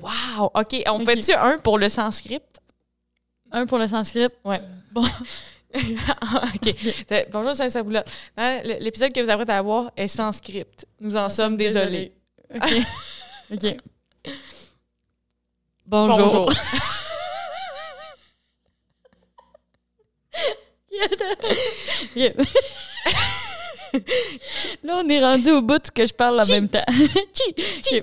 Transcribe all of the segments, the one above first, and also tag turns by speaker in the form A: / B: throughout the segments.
A: Wow! OK, on
B: Ok.
A: fait-tu un pour le sanskrit?
B: Un pour le sanskrit.
A: Ouais. Bon. Ah, OK. T'as- Bonjour, saint Saboulot. L'épisode que vous apprêtez à avoir est sans script. Nous en sommes désolés.
B: OK. OK. Bonjour. OK. Là, on est rendu au bout que je parle en même temps. Chi. Ok.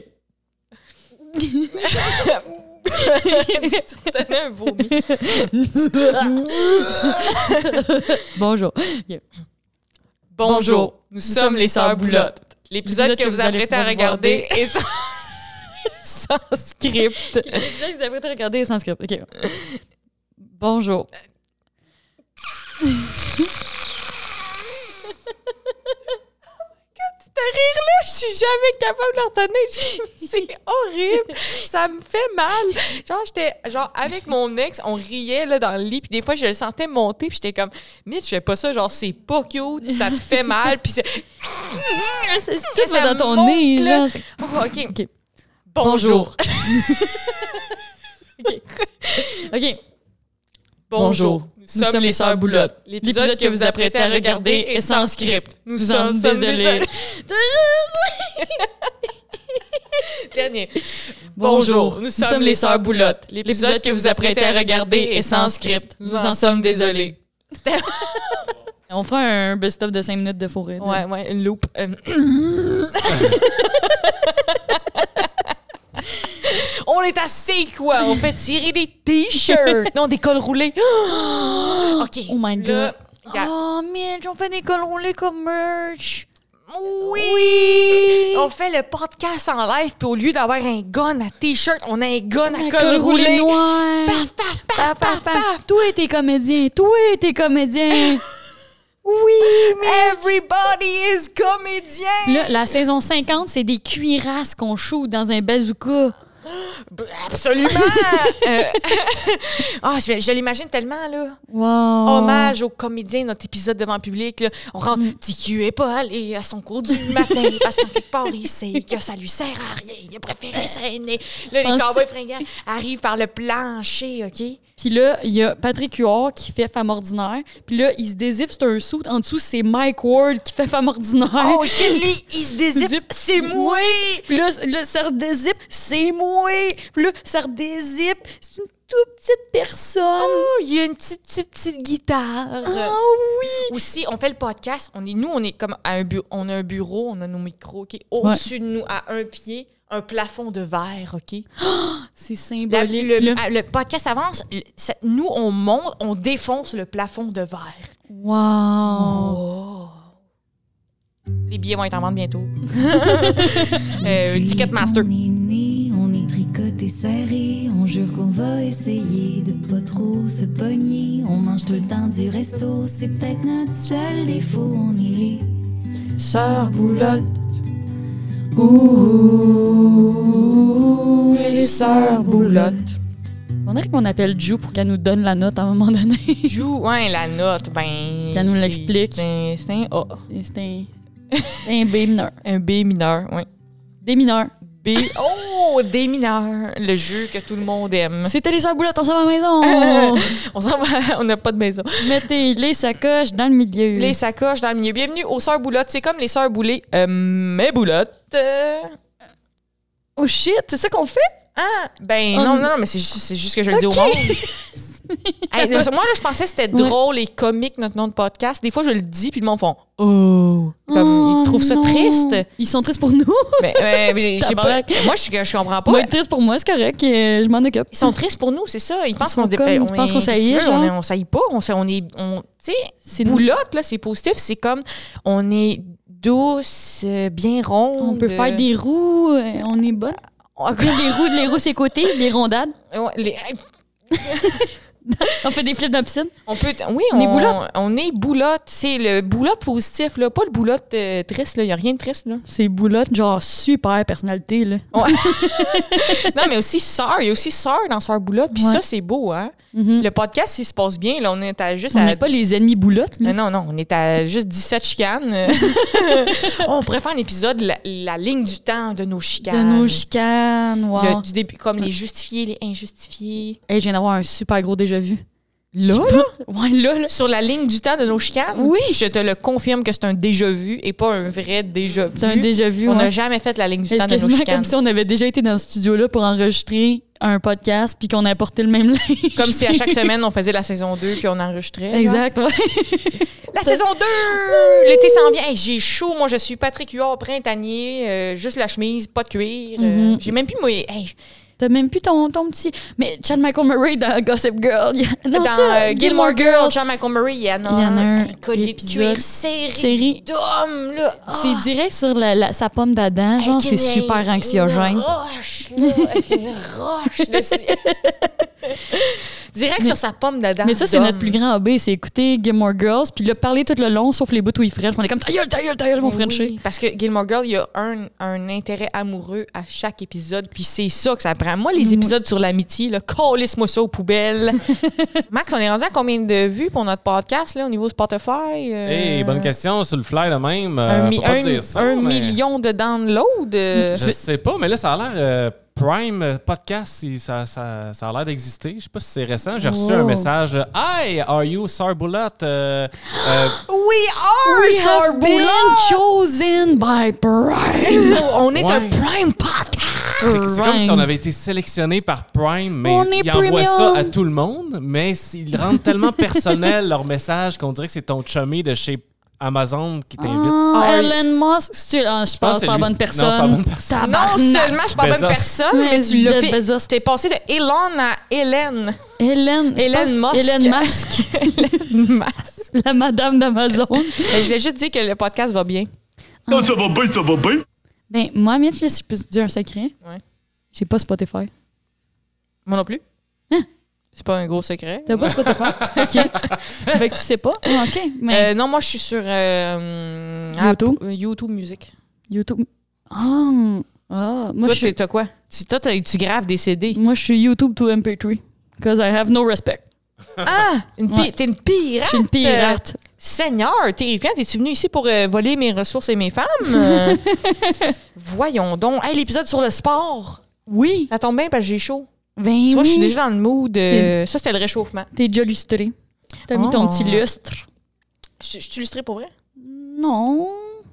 A: tu donnais un vomi.
B: Bonjour.
A: Bonjour. Nous sommes les Sœurs Boulottes. L'épisode que vous apprêtez à
B: pouvoir
A: regarder est sans, sans script.
B: Ok, Déjà que vous avez regardé sans script. OK. Bonjour.
A: Ce rire-là, je suis jamais capable de le retenir. Je- C'est horrible. Ça me fait mal. Genre, j'étais, genre, avec mon ex, on riait, là, dans le lit, puis des fois, je le sentais monter, puis j'étais comme, mais je fais pas ça, genre, c'est pas cute, ça te fait mal, puis c'est,
B: Ah, C'est
A: tout va
B: dans ton nez, genre. c'est-
A: Oh, OK.
B: OK.
A: Bonjour.
B: OK. OK. Bonjour.
A: Nous, sommes les Sœurs Boulottes. L'épisode que vous apprêtez à regarder est sans script. Nous, sommes, désolés. Dernier. Bonjour, nous sommes les Sœurs Boulottes. L'épisode que vous apprêtez à regarder est sans script. Nous en sommes désolés.
B: On fera un best-of de 5 minutes de forêt.
A: Ouais, ouais, une loupe. Euh, On est assez quoi? On fait tirer des t-shirts. Non, des cols roulés. OK.
B: Oh my
A: Là,
B: god.
A: gars-
B: Oh, Mitch, on fait des cols roulés comme merch.
A: Oui! On fait le podcast en live, puis au lieu d'avoir un gun à t-shirt, on a un gun à col roulé.
B: noir. Paf, paf, paf, paf, paf. Toi, t'es comédien. Toi, t'es comédien.
A: Oui, mais everybody is comédien.
B: Là, la saison 50, c'est des cuirasses qu'on shoot dans un bazooka.
A: B- Absolument. Euh, Ah, je, je l'imagine tellement là. Oh.
B: Wow.
A: Hommage aux comédiens, notre épisode devant le public. là. On rentre. TQ est pas allé à son cours du matin parce qu'en quelque part, il sait que ça lui sert à rien. Il a préféré s'aîner. Là, les
B: Penses-tu-
A: cowboys fringants arrivent par le plancher, OK?
B: Puis là, il y a Patrick Huard qui fait femme ordinaire. Puis là, il se dézippe, c'est un soute. En dessous, c'est Mike Ward qui fait femme ordinaire.
A: Oh shit, lui, il se dézippe.
B: Zip.
A: C'est moi!
B: Puis là, c- là, ça redézippe, c'est moi. Puis là, ça redézippe, c'est une toute petite personne. Ah
A: Oh, il y a une petite, petite, petite guitare.
B: oui!
A: Ah. Aussi, on fait le podcast. On est, nous, on est comme à un bureau. On a un bureau, on a nos micros, OK? Au-dessus de nous, à un pied, un plafond de verre, OK?
B: C'est
A: La-
B: symbolique.
A: le, ah,
B: là.
A: le podcast avance. le- ça- nous, on monte, on défonce le plafond de verre.
B: Wow!
A: Oh. Les billets vont être en vente bientôt. euh, Ticketmaster.
C: On est né, on est tricoté serré, on jure qu'on va essayer de pas trop se pogner. On mange tout le temps du resto, c'est peut-être notre seul défaut, on est les
A: Sœur
C: boulottes.
A: Ouh, les sœurs boulottes.
B: On dirait qu'on appelle Ju pour qu'elle nous donne la note à un moment donné.
A: Joue, ouais, la note, ben.
B: Qu'elle nous
A: c'est-
B: l'explique.
A: C'est c'est un A.
B: C'est un, c'est un B mineur.
A: Un B mineur, ouais.
B: D mineur.
A: B. Oh, des mineurs. Le jeu que tout le monde aime.
B: C'était les sœurs Boulottes, on s'en va à la maison!
A: On s'en va, on n'a pas de maison.
B: Mettez les sacoches dans le milieu.
A: Les sacoches dans le milieu. Bienvenue aux sœurs boulottes. C'est comme les sœurs boulées, euh, mais boulottes. Euh,
B: Oh shit, c'est ça qu'on fait?
A: ah, ben
B: On-
A: non, non, non, mais c'est juste, c'est juste que je le dis au monde. Hey, moi, là, je pensais que c'était
B: Ouais.
A: drôle et comique, notre nom de podcast. Des fois, je le dis, puis le monde font « Oh! » Comme,
B: Oh,
A: ils trouvent ça
B: non.
A: triste.
B: Ils sont tristes pour nous.
A: Mais, mais, mais je sais pas.
B: Tabarnak.
A: Moi, je, je comprends pas.
B: Moi, triste pour moi, c'est correct. euh, Je m'en occupe.
A: Ils sont tristes pour nous, c'est ça. Ils pensent
B: sont
A: qu'on se dé-
B: comme-
A: eh,
B: ils
A: on
B: pensent
A: est-
B: qu'on
A: qu'est-ce que
B: saillit,
A: tu veux,
B: genre.
A: on est- on saillit pas, on, sa- on est on tu sais,
B: C'est nous.
A: boulotte là, c'est positif, c'est comme on est douce, euh, bien ronde.
B: On peut faire des roues. euh, On est bonne.
A: On-
B: Puis les roues, les roues, c'est côté, les rondades.
A: on- les-
B: On fait des flips dans la piscine.
A: on peut oui, on,
B: On est boulotte.
A: on est boulotte, c'est le boulotte positif là, pas le boulotte euh, triste là, il y a rien de triste là.
B: C'est boulotte, genre super personnalité, là.
A: Non, mais aussi sœur, il y a aussi sœur dans sœur boulotte, puis
B: Ouais.
A: ça c'est beau hein.
B: Mhm.
A: Le podcast, s'il se passe bien, là, on est à juste
B: On
A: à Euh,
B: n'est pas les ennemis boulottes, là.
A: non, non, non, on est à juste 17 chicanes. Oh, on pourrait faire un épisode, la, la ligne du temps de nos
B: De
A: chicanes.
B: nos chicanes, wow.
A: Le- du début, comme les justifiés, les injustifiés.
B: Hey, je viens d'avoir un super gros déjà-vu. Là, là? Ouais, là, là.
A: Sur la ligne du temps de nos chicanes,
B: Oui.
A: je te le confirme que c'est un déjà-vu et pas un vrai déjà-vu.
B: C'est un déjà-vu.
A: On n'a
B: ouais.
A: jamais fait la ligne du
B: C'est
A: temps de nos
B: quasiment
A: chicanes.
B: comme si on avait déjà été dans ce studio-là pour enregistrer un podcast puis qu'on a porté le même linge.
A: Comme si à chaque semaine, on faisait la saison 2 puis on enregistrait. genre.
B: Exact, ouais.
A: La saison 2! L'été s'en vient. Hey, j'ai chaud. Moi, je suis Patrick Huard, printanier. euh, juste la chemise, pas de cuir. euh,
B: Mhm.
A: J'ai même plus... moi, hey, je-
B: T'as même plus ton, ton petit. Mais Chad Michael Murray dans Gossip Girl. il y a- Non,
A: dans
B: ça,
A: euh, Gilmore Girls, John Michael Murray, il y en a,
B: Il y en a un,
A: un collier de
B: l'épisode.
A: cuir serré
B: Série.
A: d'hommes, là.
B: Ah.
A: Ah,
B: C'est direct sur la- la- sa pomme d'Adam. Genre, c'est super
A: Une
B: anxiogène.
A: roche, là, avec une roche dessus. Direct sur sa pomme d'Adam.
B: Mais ça, c'est notre
A: d'homme.
B: plus grand hobby. C'est écouter Gilmore Girls puis le parler tout le long, sauf les bouts où il French. On est comme ta gueule, ta gueule, ta gueule, mon
A: Ben
B: Frenchie.
A: oui, Parce que Gilmore Girl, il y a un, un intérêt amoureux à chaque épisode, puis c'est ça que ça prend. Moi, les
B: Oui.
A: épisodes sur l'amitié, là, calisse-moi ça aux poubelles. Max, on est rendu à combien de vues pour notre podcast, là, au niveau Spotify? Euh,
D: Hey, bonne question sur le fly de même. euh,
A: Un, mi-
D: pour pas
A: un-
D: dire ça,
A: un
D: mais-
A: million de downloads? euh,
D: Je sais pas, mais là, ça a l'air euh, Prime euh, Podcast, si ça, ça, ça a l'air d'exister. Je sais pas si c'est récent. J'ai reçu
B: Wow.
D: un message euh, Hi, are you Sarboulot? Euh, euh,
A: We are
B: We have
A: Sarboulot!
B: been chosen by Prime.
A: On est un
D: Ouais.
A: prime podcast!
D: c'est c'est comme
B: Prime.
D: si on avait été sélectionné par Prime, mais
B: On est
D: ils envoient
B: premium.
D: ça à tout le monde. Mais ils rendent tellement personnel leur message qu'on dirait que c'est ton chummy de chez Amazon qui t'invite.
B: Ah,
A: Ah,
B: Elon Musk, c'est- ah, je pense
D: c'est
B: pas à
D: lui
B: bonne
D: qui- non, c'est pas la
B: personne.
D: bonne personne.
A: Non
B: Tabarnak.
A: seulement je suis pas bonne
D: Bezos.
A: personne,
B: Ouais,
A: mais tu l'as
B: Jeff
A: fait.
B: Bezos.
A: T'es passé de Elon à Hélène.
B: Hélène, je
A: Hélène
B: pense-
A: Musk.
B: Hélène Musk, la madame d'Amazon.
A: Mais Ben, je voulais juste dire que le podcast va bien.
E: Non, ça va bien, ça va bien.
B: ben, moi, Mitch, là, si je peux te dire un secret,
A: Ouais.
B: j'ai pas Spotify.
A: Moi non plus.
B: Hein?
A: C'est pas un gros secret.
B: T'as pas Spotify? OK. fait que tu sais pas? Ah, OK. Mais
A: Euh, non, moi, je suis sur euh,
B: YouTube?
A: App- euh, YouTube Music.
B: YouTube... Ah! ah,
A: Toi,
B: Moi, je suis...
A: t'es- t'as quoi? Tu, toi, t'as- tu graves des CD.
B: Moi, je suis YouTube to MP3. Because I have no respect.
A: Ah! Une pi-
B: Ouais.
A: T'es une pirate!
B: Je suis une pirate.
A: Seigneur, terrifiant, t'es-tu venu ici pour euh, voler mes ressources et mes femmes? Euh, voyons donc. Hey, l'épisode sur le sport!
B: Oui.
A: Ça tombe bien parce que j'ai chaud.
B: Ben
A: Tu vois, je suis
B: oui.
A: déjà dans le mood. euh, ça, c'était le réchauffement.
B: T'es déjà lustré. T'as mis
A: Oh.
B: ton petit lustre.
A: Je je suis illustrée pour vrai?
B: Non.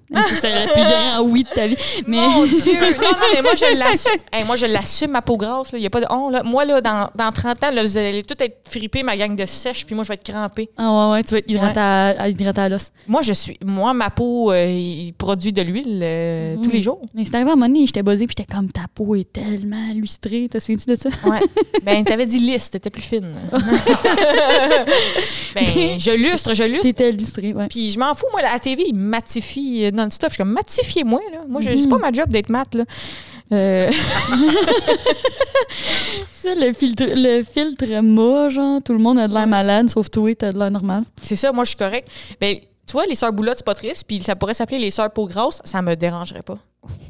B: Même si ça aurait pu dire un oui de ta vie. Mais
A: Mon Dieu! Non, non, mais moi, je l'assume. Hey, moi, je l'assume, ma peau grasse. là. Il y a pas de honte, là. Moi, là, dans, dans 30 ans, là, vous allez tout être fripés, ma gang de sèche, puis moi, je vais être crampée.
B: Ah ouais, ouais, tu vas être hydraté, à, à- hydraté à l'os.
A: Moi, je suis. Moi, ma peau, euh, il produit de l'huile euh, tous les jours.
B: Mais c'est arrivé à un moment donné, j'étais buzzée, puis j'étais comme, ta peau est tellement lustrée. T'as souviens-tu de ça?
A: Ouais. Ben, t'avais dit lisse, t'étais plus fine. ben, je lustre, je lustre.
B: T'étais lustrée, ouais.
A: Puis je m'en fous, moi, la TV, ils matifient euh, non-stop. Je suis comme, matifiez-moi, là. Moi, je- c'est pas ma job d'être mat, là. Euh,
B: Ça, le filtre, le filtre mou, genre, tout le monde a de l'air malade, sauf toi, t'as de l'air normal.
A: c'est ça, moi, je suis correcte. Ben, tu vois, les sœurs boulottes, c'est pas triste, puis ça pourrait s'appeler les sœurs peau grasse, ça me dérangerait pas.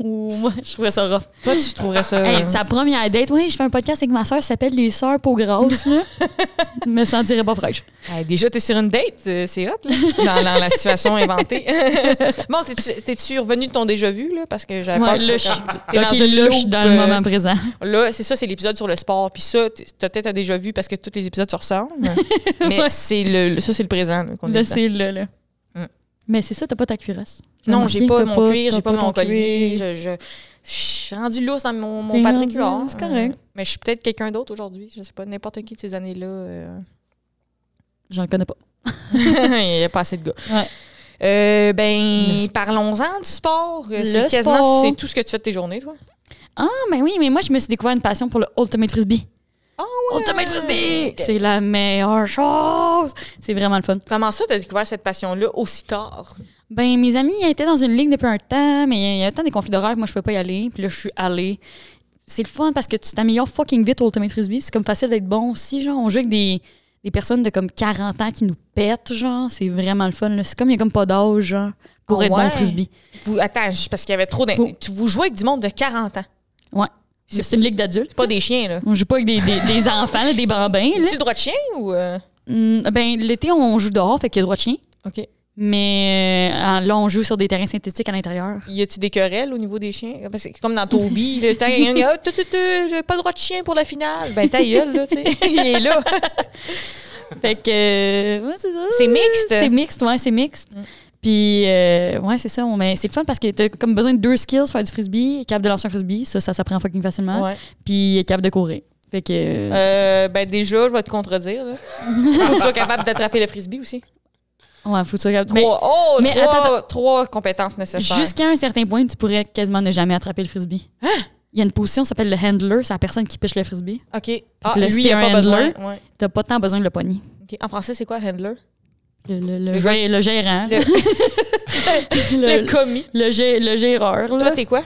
B: Ouh, moi, je trouvais ça rough.
A: Toi, tu trouverais ça.
B: Hey, sa première date, oui, je fais un podcast avec ma soeur, ça s'appelle Les Sœurs Peau Grasse, là. me sentirais pas fraîche.
A: euh, Hey, déjà, t'es sur une date, euh, c'est hot, là, dans, dans la situation inventée. bon, t'es-tu- t'es-tu revenu de ton déjà-vu, là? Parce que j'avais
B: Ouais,
A: pas
B: là, je suis
A: T'es dans
B: Ok,
A: une
B: là, je suis
A: loupe,
B: dans le
A: euh,
B: moment présent.
A: Là, c'est ça, c'est l'épisode sur le sport. Puis ça, t- t'as peut-être déjà vu parce que tous les épisodes se ressemblent. mais
B: Ouais.
A: c'est le, le- ça, c'est le présent là, qu'on est
B: Là,
A: dedans.
B: c'est là, là.
A: Mm.
B: Mais c'est ça, t'as pas ta cuirasse.
A: Non,
B: remarqué
A: j'ai
B: que
A: pas
B: t'as
A: mon cuir,
B: t'as
A: j'ai pas,
B: ton
A: mon collier.
B: cuir.
A: Je, je, je suis rendue lousse dans mon, mon
B: T'es
A: Patrick
B: rendue,
A: Huard.
B: c'est correct.
A: Euh, mais je suis peut-être quelqu'un d'autre aujourd'hui. Je sais pas, n'importe qui de ces années-là. euh,
B: J'en connais pas.
A: Il n'y a pas assez de gars.
B: Ouais.
A: Euh, ben,
B: Le-
A: parlons-en du sport. Euh,
B: Le
A: C'est quasiment
B: sport.
A: c'est tout ce que tu fais de tes journées, toi.
B: Ah, mais oui, mais moi, je me suis découvert une passion pour le Ultimate Frisbee.
A: Ah
B: Ultimate Frisbee!
A: Ok.
B: C'est la meilleure chose! C'est vraiment le fun.
A: Comment ça, t'as découvert cette passion-là aussi tard?
B: Ben, mes amis ils étaient dans une ligue depuis un temps, mais il y a un temps des conflits d'horaire que moi, je pouvais pas y aller. Puis là, je suis allée. C'est le fun parce que tu t'améliores fucking vite au Ultimate Frisbee. C'est comme facile d'être bon aussi, genre. On joue avec des, des personnes de comme 40 ans qui nous pètent, genre. C'est vraiment le fun, là. C'est comme il y a comme pas d'âge, genre, pour
A: Ah
B: être bon
A: ouais?
B: au Frisbee.
A: Vous, attends, je- parce qu'il y avait trop d'in-
B: Pour-
A: tu Vous jouez avec du monde de 40 ans.
B: Ouais. Mais C'est une ligue d'adultes.
A: Pas des chiens, là.
B: On joue pas avec des, des- des enfants, là, des bambins. là.
A: Tu le droit de chien ou. euh,
B: Hum, ben, l'été, on joue dehors, fait qu'il y a droit de chien.
A: OK.
B: Mais euh, là, on joue sur des terrains synthétiques à l'intérieur.
A: Y a-tu des querelles au niveau des chiens? Parce que c'est comme dans Toby, le temps, il y a Ah, tu, tu, tu, j'ai pas le droit de chien pour la finale. Ben, ta gueule, là, tu sais. Il est là.
B: Fait que. euh, ouais, c'est ça.
A: C'est mixte. Mm.
B: C'est mixte, ouais, c'est mixte. Puis, euh, ouais, c'est ça. on- mais c'est le fun parce que t'as comme besoin de deux skills pour faire du frisbee, capable de lancer un frisbee, ça, ça s'apprend fucking facilement.
A: Ouais.
B: Puis, capable de courir. Fait que. euh,
A: Euh, ben, déjà, je vais te contredire, là. Faut que tu sois capable d'attrapper le frisbee aussi.
B: ouais, faut que tu sois capable-
A: Trois, oh,
B: mais
A: trois,
B: attends,
A: trois compétences
B: Mais
A: nécessaires.
B: jusqu'à un certain point, tu pourrais quasiment ne jamais attraper le frisbee.
A: Hein?
B: Il y a une position qui s'appelle le handler, c'est la personne qui piche le frisbee.
A: OK. Ah,
B: le
A: lui, il a
B: steer
A: pas besoin.
B: handler.
A: Ouais.
B: T'as pas tant besoin de le pogner.
A: OK. En français, c'est quoi handler?
B: Le, le, le,
A: Le
B: gé-
A: gars-
B: le gérant.
A: le-
B: Le,
A: Le, commis.
B: le gé- le géreur. là.
A: Toi, t'es quoi?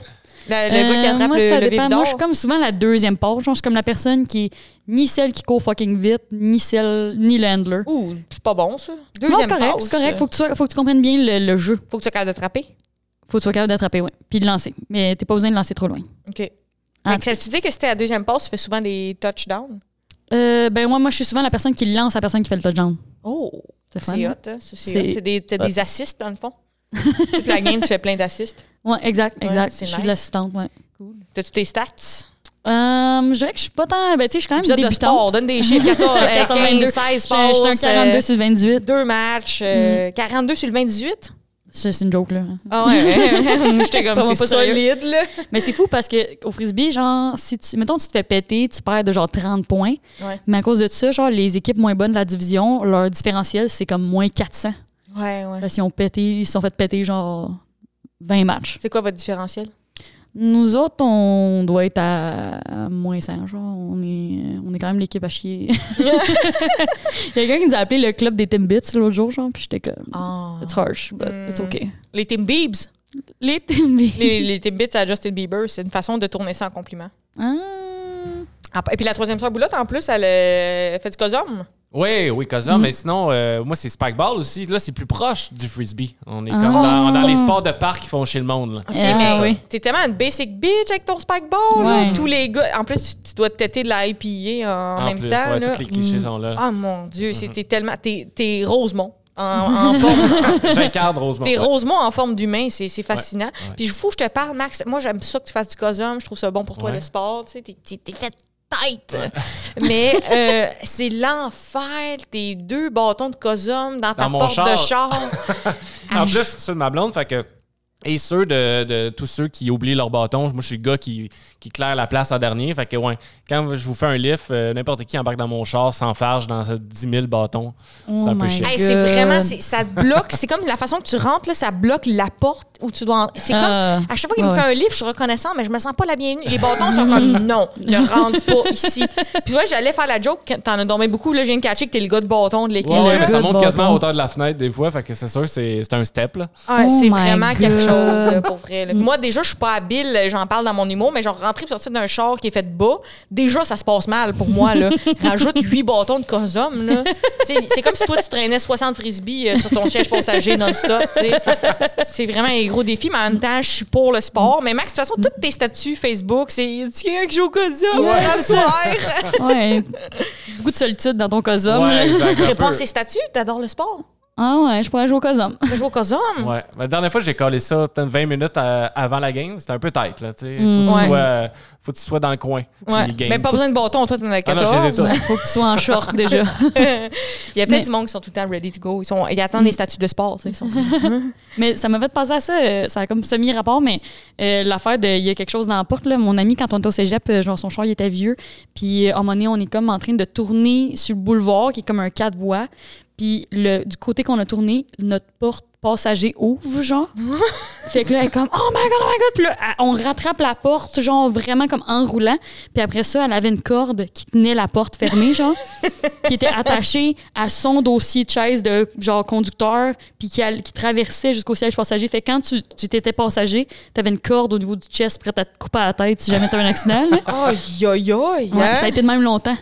A: Le, le gars qui
B: Euh,
A: attrape
B: moi,
A: le,
B: ça
A: le
B: dépend.
A: vif
B: Moi,
A: d'or?
B: je suis comme souvent la deuxième pause. Genre, je suis comme la personne qui est ni celle qui court fucking vite, ni celle, ni le handler.
A: Ouh, c'est pas bon, ça. Deuxième
B: Non, c'est correct,
A: passe. euh.
B: c'est correct. Faut que, tu, sois- faut que tu comprennes bien le, le jeu.
A: Faut que tu sois capable d'attraper.
B: Faut que tu sois capable d'attraper, ouais. Puis de lancer. Mais t'es pas besoin de lancer trop loin. Ah,
A: OK.
B: En
A: Fait que ça, tu dis que c'était la deuxième passe, tu fais souvent des touchdowns.
B: Euh, ben, moi, moi, je suis souvent la personne qui lance la personne qui fait le touchdown.
A: Oh,
B: C'est fun.
A: c'est hot, hein? Ça,
B: C'est
A: C'est hot. T'as des, t'as des assists, dans le fond. Toute la game, tu fais plein d'assists.
B: Ouais, exact,
A: Ouais,
B: exact.
A: c'est
B: je suis
A: nice.
B: l'assistante, ouais.
A: Cool. T'as-tu tes stats?
B: Euh, je dirais que je suis pas tant. Ben, tu sais, je suis quand même
A: Épisode de sport,
B: débutante.
A: donne des chiffres. 14, euh,
B: 82.
A: 15, 16
B: Je je
A: passes.
B: suis un Mm. 42
A: euh,
B: sur 28.
A: Deux matchs, euh, 42 sur le 28.
B: C'est c'est une joke, là.
A: Ah ouais, ouais. j'étais comme,
B: Vraiment
A: c'est
B: pas sérieux.
A: solide, là.
B: Mais c'est fou parce que au frisbee, genre, si tu, mettons, tu te fais péter, tu perds de genre 30 points.
A: Ouais.
B: Mais à cause de ça, genre, les équipes moins bonnes de la division, leur différentiel, c'est comme moins 400.
A: Ouais, ouais.
B: Parce qu'ils ont pété, ils se sont fait péter genre 20 matchs.
A: C'est quoi votre différentiel?
B: Nous autres, on doit être à, à moins 100, genre. On est, on est quand même l'équipe à chier. Il y a quelqu'un qui nous a appelé le club des Timbits l'autre jour, genre, puis j'étais comme,
A: Ah.
B: it's harsh, but it's
A: Mm.
B: okay.
A: Les Tim Biebs.
B: Les Timbits.
A: Les, les Tim Biebs à Justin Bieber, c'est une façon de tourner ça en compliment.
B: Ah.
A: Ah, Et puis la troisième soeur Boulotte, en plus, elle euh, fait du cosum.
D: Oui, oui, Cosa, mais sinon, euh, moi, c'est Spikeball aussi. Là, c'est plus proche du frisbee. On est
B: Ah.
D: comme dans, dans les sports de parc qui font chez le monde. là.
A: Ok,
B: Ah,
A: mais
B: oui.
A: t'es tellement une basic bitch avec ton spikeball. là.
B: Ouais.
A: Tous les gars. En plus, tu, tu dois te têter de la IPA en,
D: En
A: même
D: plus,
A: temps.
D: ouais,
A: là.
D: tous les Mhm. clichés sont là.
A: Ah mon Dieu, c'est- t'es tellement. T'es t'es Rosemont. En, en forme.
D: J'incarne Rosemont.
A: T'es
D: Ouais.
A: Rosemont en forme d'humain, c'est c'est fascinant.
D: ouais.
A: Puis il faut que je te parle, Max. Moi, j'aime ça que tu fasses du cosum. Je trouve ça bon pour toi,
D: Ouais.
A: le sport. Tu sais, t'es- t'es t'es fait tête. Mais euh, c'est l'enfer. Tes deux bâtons de cosum dans ta
D: Dans mon
A: porte de
D: char.
A: char.
D: En plus, ceux de ma blonde, fait que. Et ceux de, de tous ceux qui oublient leur bâton. Moi, je suis le gars qui, qui claire la place en dernier. Fait que, ouais, quand je vous fais un lift, euh, n'importe qui embarque dans mon char sans farge dans ce 10 000 bâtons.
B: Oh
D: C'est un peu
B: my
D: chiant.
A: Hey, c'est
B: God.
A: vraiment, c'est- ça te bloque. c'est comme la façon que tu rentres, là, ça bloque la porte où tu dois. en- C'est comme.
B: Ah.
A: À chaque fois qu'il me
B: Ouais.
A: fait un livre, je suis reconnaissante, mais je me sens pas la bienvenue. Les bâtons sont comme non, ne rentre pas ici. Puis ouais, j'allais faire la joke, quand t'en as dormi beaucoup, là, je viens de catcher que t'es le gars de bâton de l'équipe.
D: Ouais, ouais, mais ça
B: Le
D: monte
B: bâton.
D: quasiment à hauteur de la fenêtre des fois. Fait que c'est sûr, c'est c'est un step, là.
A: Ah,
B: Oh
A: c'est
B: my
A: vraiment
B: God. Mm.
A: quelque chose, là, pour vrai. là. Moi, déjà, je suis pas habile, j'en parle dans mon humour, mais genre rentrer et sortir d'un char qui est fait de bas, déjà, ça se passe mal pour moi. Là. Rajoute huit bâtons de cosum. là. Tu sais, C'est comme si toi, tu traînais 60 frisbees euh, sur ton siège passager non-stop. tu sais. C'est vraiment un gros défi, mais en même temps, je suis pour le sport. Mais Max, de toute façon, toutes tes statuts Facebook, c'est Y a-t-il quelqu'un qui joue au cosum Hein,
B: Ouais,
A: à
B: c'est
A: soir?
B: Ouais. Beaucoup de solitude dans ton cosum.
D: Ouais, exact. un
A: Réponds
D: peu.
A: à ces statuts, t'adores le sport.
B: Ah ouais, je pourrais jouer au cosum.
A: Tu joues au cosum.
D: Ouais. La dernière fois, j'ai collé ça peut-être 20 minutes à- avant la game. C'était un peu tight, là. tu sais. Faut, que tu
A: Mm. Ouais.
D: sois, faut que tu sois dans le coin. Puis
A: Ouais.
D: les games,
A: Mais pas
D: faut
A: besoin
D: que
A: de bâtons, toi, t'en as
D: tu- Ah non,
A: 14.
D: je les ai tous.
B: Faut que tu sois en short déjà.
A: Il y a peut-être
B: Mais- Mm.
A: du monde qui sont tout le temps ready to go. Ils, sont, ils attendent des statuts de sport. tu sais, Ils sont...
B: Mais ça m'a fait penser à ça, euh, ça a comme semi-rapport, mais euh, l'affaire de il y a quelque chose dans la porte, là. Mon ami, quand on était au cégep, euh, genre son char, il était vieux. Puis euh, à un moment donné, on est comme en train de tourner sur le boulevard, qui est comme un quatre voies. Puis le, du côté qu'on a tourné, notre porte passager ouvre, genre. fait que là, elle est comme, oh my god, oh my god. Puis là, elle- on rattrape la porte, genre vraiment comme en roulant. Puis après ça, elle avait une corde qui tenait la porte fermée, genre, qui était attachée à son dossier de chaise de genre conducteur, puis qui, all- qui traversait jusqu'au siège passager. Fait que quand tu tu t'étais passager, t'avais une corde au niveau du chest prête à te couper la tête si jamais t'as un accident. là.
A: Aïe, aïe, aïe.
B: Ouais,
A: hein?
B: ça a été de même longtemps.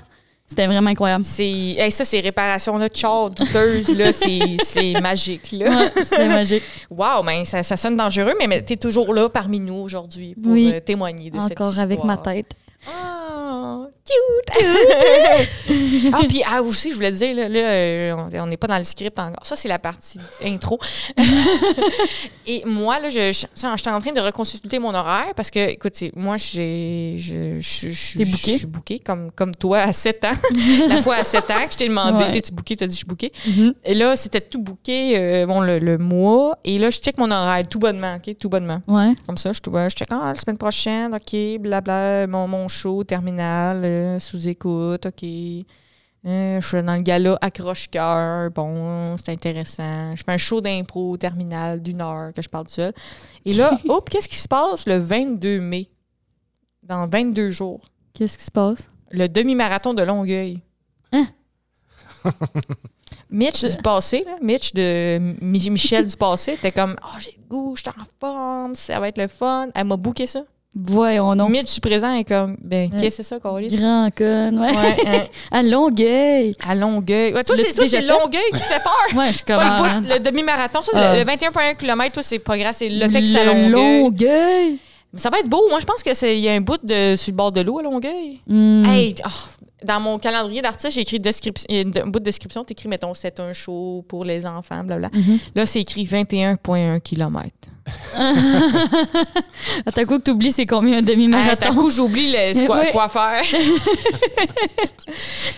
B: C'était vraiment incroyable.
A: C'est- hey, ça, ces réparations-là, char, douteuse, là, c'est c'est magique. Là.
B: Ouais, c'était magique.
A: Wow, ben, ça, ça sonne dangereux, mais, mais t'es toujours là parmi nous aujourd'hui pour
B: Oui.
A: euh, témoigner de cette
B: Encore
A: histoire.
B: avec ma tête.
A: Oh, cute! ah, puis ah, aussi, je voulais dire, là, là, euh, on- on n'est pas dans le script encore. Ça, c'est la partie intro. Et moi, là, je, je, je suis en train de reconsulter mon horaire parce que, écoute, c'est- moi, j'ai, je, je, je,
B: T'es
A: je
B: bookée?
A: suis bookée comme, comme toi à 7 ans. la fois à 7 ans que je t'ai demandé,
B: Ouais.
A: t'es-tu bookée? Tu as dit, je suis bookée.
B: Mhm.
A: Et là, c'était tout booké euh, bon, le, le mois. Et là, je check mon horaire tout bonnement, OK? Tout bonnement.
B: Ouais.
A: Comme ça, je, ouais, je check, ah, la semaine prochaine, OK, blabla, mon, mon show, terminal, euh, sous-écoute, OK. Euh, je suis dans le gala accroche-cœur, bon, c'est intéressant. Je fais un show d'impro terminal d'une heure que je parle seul. Et là, oups, qu'est-ce qui se passe le 22 mai? Dans 22 jours.
B: Qu'est-ce qui se passe?
A: Le demi-marathon de Longueuil.
B: Hein?
A: Mitch du passé, là, Mitch de Mi- Michel du passé, était comme « Oh, j'ai le goût, je suis en forme, ça va être le fun. » Elle m'a booké ça.
B: Voyons donc.
A: Mitch du présent est comme « Ben, qu'est-ce que c'est ça, Carlis?
B: Grand con, ouais.
A: Ouais, hein.
B: À Longueuil.
A: À Longueuil. Ouais, toi,
B: L'as-tu
A: c'est toi,
B: déjà
A: c'est
B: fait?
A: Longueuil qui te fait peur.
B: Ouais, je suis
A: C'est
B: comme...
A: pas le,
B: ah,
A: bout- le demi-marathon, ça, c'est
B: Ah.
A: le, le 21,1 km, toi, c'est pas grave, c'est le fait que c'est à
B: le
A: Longueuil.
B: Longueuil.
A: Mais ça va être beau. Moi, je pense que c'est- il y a un bout de, sur le bord de l'eau à Longueuil.
B: Hmm.
A: Hey, oh, dans mon calendrier d'artiste, j'ai écrit description, il y a une- un bout de description, t'écris, mettons, c'est un show pour les enfants, blablabla.
B: Mhm.
A: Là, c'est écrit 21,1 km.
B: À ta coup que t'oublies, c'est combien un
A: À tout
B: demi-marathon?
A: coup, j'oublie le- quoi,
B: Oui.
A: quoi faire.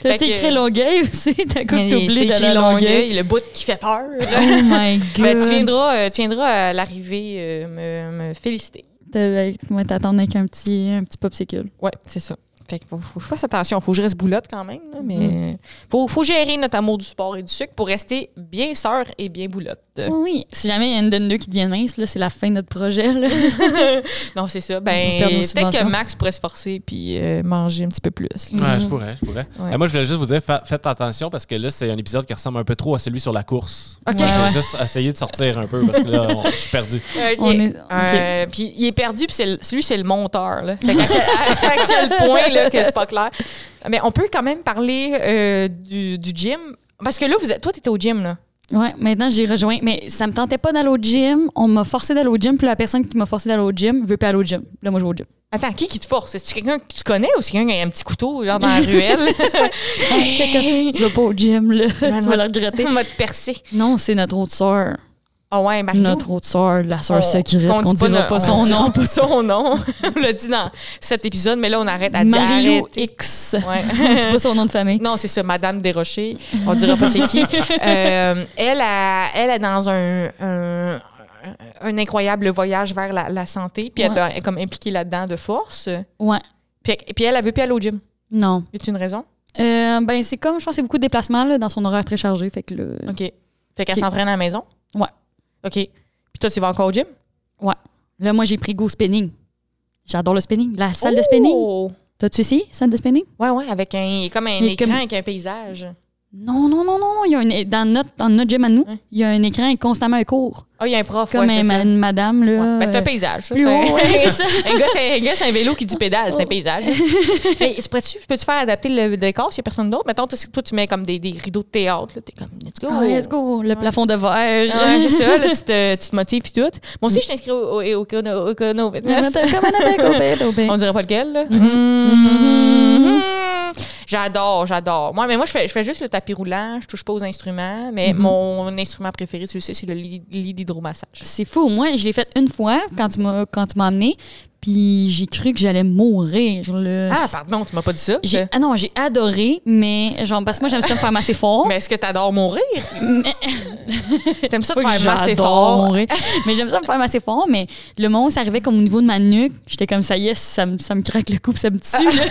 B: T'as
A: fait que-
B: écrit Longueuil aussi? T'as coup
A: Mais
B: que
A: c'est
B: t'oublies
A: écrit
B: d'aller à Longueuil?
A: Longueuil, le bout qui fait peur.
B: Oh my God.
A: Ben, tu viendras, euh, tu viendras à l'arrivée euh, me, me féliciter.
B: T'as- ouais, t'attends avec un petit, un petit popsicle.
A: Ouais, c'est ça. Fait que faut, faut que je fasse attention. Faut que je reste boulotte quand même. là, mais
B: Mm-hmm.
A: faut, faut gérer notre amour du sport et du sucre pour rester bien sœur et bien boulotte.
B: Oui. Si jamais il y en a une de nous deux qui devient mince, là, c'est la fin de notre projet. Là.
A: Non, c'est ça.
B: On
A: Ben,
B: perd Mm-hmm. nos
A: peut-être que
B: subventions.
A: Max pourrait se forcer puis euh, manger un petit peu plus.
D: Ouais, je pourrais, je pourrais.
A: Mm. Ouais.
D: Euh, moi, je voulais juste vous dire, fa- faites attention parce que là, c'est un épisode qui ressemble un peu trop à celui sur la course.
A: Ok.
D: Je vais
B: Ouais.
D: juste essayer de sortir un peu parce que là, on- je suis perdu.
B: On est-
A: Euh, Puis il est perdu, puis c'est le- celui, c'est le monteur. Là. Fait qu'à quel- à, à quel point là, que c'est pas clair. Mais on peut quand même parler euh, du, du gym. Parce que là, vous êtes, toi, t'étais au gym, là.
B: Ouais, maintenant j'ai rejoint. Mais ça me tentait pas d'aller au gym. On m'a forcé d'aller au gym. Puis la personne qui m'a forcé d'aller au gym veut pas aller au gym. Là, moi, je vais au gym.
A: Attends, qui qui te force? C'est quelqu'un que tu connais ou c'est quelqu'un qui a un petit couteau genre dans la ruelle?
B: Si tu vas pas au gym, là, tu vas le regretter.
A: mode percé.
B: Non, c'est notre autre sœur.
A: Ah ouais, Mario.
B: Notre autre sœur, la sœur
A: On-
B: secrète.
A: qu'on
B: On,
A: dit
B: dira
A: no-
B: Oh, pas
A: on
B: son
A: dira
B: nom.
A: pas son nom. on l'a dit dans cet épisode, mais là, on arrête à dire
B: Mario
A: arrête.
B: X.
A: Ouais.
B: On dit pas son nom de famille.
A: Non, c'est ça, Madame Desrochers. On dira pas c'est qui. Euh, elle, a, elle est dans un, un, un incroyable voyage vers la, la santé, puis elle
B: Ouais.
A: doit- elle est comme impliquée là-dedans de force.
B: Ouais.
A: Puis, puis elle, elle veut plus aller au gym.
B: Non.
A: Y a une raison?
B: Euh, ben, c'est comme, je pense, que c'est beaucoup de déplacements là, dans son horaire très chargé. Fait que le...
A: OK. Fait qu'elle
B: Ok.
A: s'entraîne à la maison?
B: Ouais.
A: OK. Puis toi, tu vas encore au gym?
B: là, moi, j'ai pris goût au spinning. J'adore le spinning. La salle de spinning.
A: Oh!
B: T'as-tu essayé, salle de spinning?
A: Ouais, ouais, avec un, comme un
B: Il est
A: écran
B: comme-
A: avec un paysage.
B: Non, non, non, non. non. Il y a un- dans, notre, dans notre gym à nous,
A: Hein?
B: il y a un écran et constamment un cours.
A: Ah, il y a un prof,
B: Comme
A: ouais,
B: un-
A: c'est ça.
B: une madame, là.
A: Ouais. Ben, c'est un
B: euh,
A: paysage. ça.
B: plus haut, ouais, c'est ça. Oh.
A: un gars, c'est un, gars, c'est un vélo qui dit pédale, c'est un paysage. Hey, tu pourrais-tu- peux-tu faire adapter le décor s'il y a personne d'autre? Mettons, toi, c'est- toi, tu mets comme des, des rideaux de théâtre. là. T'es comme, let's go.
B: Ah, let's go, le plafond de verre.
A: Ouais, c'est ça, là, tu, te, tu te motives et tout. Moi aussi, je t'inscris au, au, au, Econo- au Econo Fitness. On
B: Ben,
A: dirait pas lequel, là. Mhm. J'adore, j'adore. Moi, mais moi, je fais, je fais juste le tapis roulant, je touche pas aux instruments, mais mon instrument préféré, tu le sais, c'est le lit, lit d'hydromassage.
B: C'est fou. Moi, je l'ai fait une fois quand tu m'as quand tu m'as amené, puis j'ai cru que j'allais mourir. Là.
A: Ah, pardon, tu m'as pas dit ça.
B: J'ai- ah non, j'ai adoré, mais genre parce que moi j'aime ça me faire masser fort.
A: Mais est-ce que t'adores mourir? T'aimes ça te
B: Pas que
A: faire masser
B: j'adore
A: fort?
B: mourir. mais j'aime ça me faire masser fort, mais le moment où ça arrivait comme au niveau de ma nuque, j'étais comme ça y est, ça me, ça me craque le cou, puis ça me tue. là.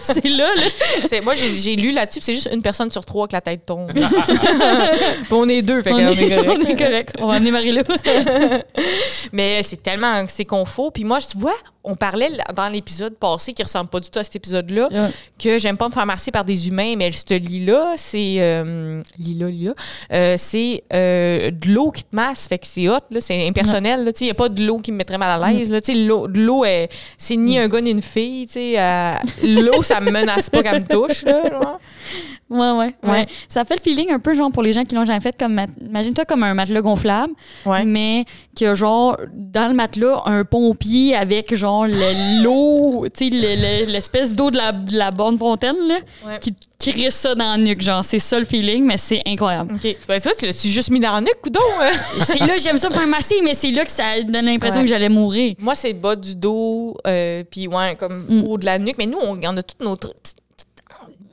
B: c'est là, là.
A: C'est- Moi, j'ai j'ai lu là-dessus, puis c'est juste une personne sur trois que la tête tombe. Puis ah, on est deux, fait
B: on,
A: qu'on est
B: est,
A: correct.
B: on est correct. On va amener Marie-Lou.
A: Mais c'est tellement c'est confort. Puis moi, tu vois, on parlait là- dans l'épisode passé qui ressemble pas du tout à cet épisode-là,
B: Ouais.
A: que j'aime pas me faire marcher par des humains, mais ce lit-là, c'est. euh, lit-là, lit-là. euh, c'est euh, de l'eau qui te masse, fait que c'est hot, là, c'est impersonnel. Il n'y a pas de l'eau qui me mettrait mal à l'aise. là. Tu sais, L'eau, de l'eau, elle- c'est euh, ni un gars ni une fille. tu sais, euh, l'eau, ça me menace pas qu'elle me touche. Là, genre.
B: Ouais, ouais, ouais,
A: Ouais.
B: Ça fait le feeling un peu, genre, pour les gens qui l'ont jamais fait, comme, mat- imagine-toi comme un matelas gonflable,
A: Ouais.
B: mais que, genre, dans le matelas, un pompier avec, genre, le- l'eau, tu sais, le- le- l'espèce d'eau de la, de la bonne fontaine, là,
A: Ouais.
B: qui te crisse ça dans la nuque, genre. C'est ça le feeling, mais c'est incroyable.
A: OK. Ben, toi, tu l'as-tu juste mis dans le nuque, coudon? euh?
B: c'est là, j'aime ça me faire masser, mais c'est là que ça donne l'impression
A: Ouais.
B: que j'allais mourir.
A: Moi, c'est bas du dos, euh, puis ouais, comme
B: Mm.
A: haut de la nuque. Mais nous, on, on a toutes nos tr- t- t-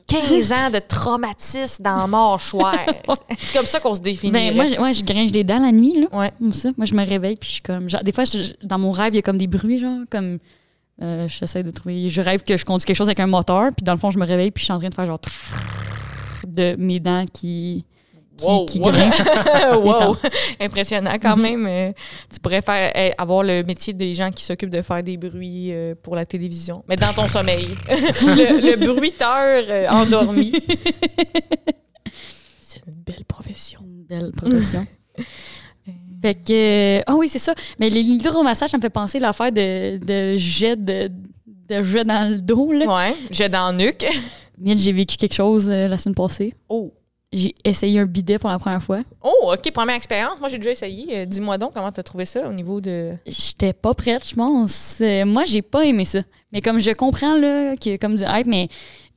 A: 15 ans de traumatisme dans la mâchoire. c'est comme ça qu'on se définit.
B: Ben,
A: là.
B: moi, je- ouais, je gringe des dents la nuit, là.
A: Ouais.
B: Comme ça. Moi, je me réveille, puis je suis comme. Genre, des fois, je- je- dans mon rêve, il y a comme des bruits, genre, comme. euh, J'essaie de trouver. Je rêve que je conduis quelque chose avec un moteur, puis dans le fond, je me réveille, puis je suis en train de faire genre. trrrr de mes dents qui. qui,
A: Wow,
B: qui
A: wow.
B: grinchent.
A: wow. Impressionnant quand
B: Mm-hmm.
A: même. Euh, tu pourrais faire euh, avoir le métier des gens qui s'occupent de faire des bruits euh, pour la télévision, mais dans ton sommeil. le, le bruiteur euh, endormi. C'est une belle profession.
B: Une belle profession. fait que. Ah oui, c'est ça. Mais les- l'hydromassage, ça me fait penser à l'affaire de, de jet de, de jet dans le dos, là.
A: Ouais, j'ai dans le nuque.
B: Mille, J'ai vécu quelque chose euh, la semaine passée.
A: Oh.
B: J'ai essayé un bidet pour la première fois.
A: Oh, OK, première expérience. Moi, j'ai déjà essayé. Euh, Dis-moi donc comment tu as trouvé ça au niveau de.
B: J'étais pas prête, je pense. Euh, Moi, j'ai pas aimé ça. Mais comme je comprends, là, que comme du hype, mais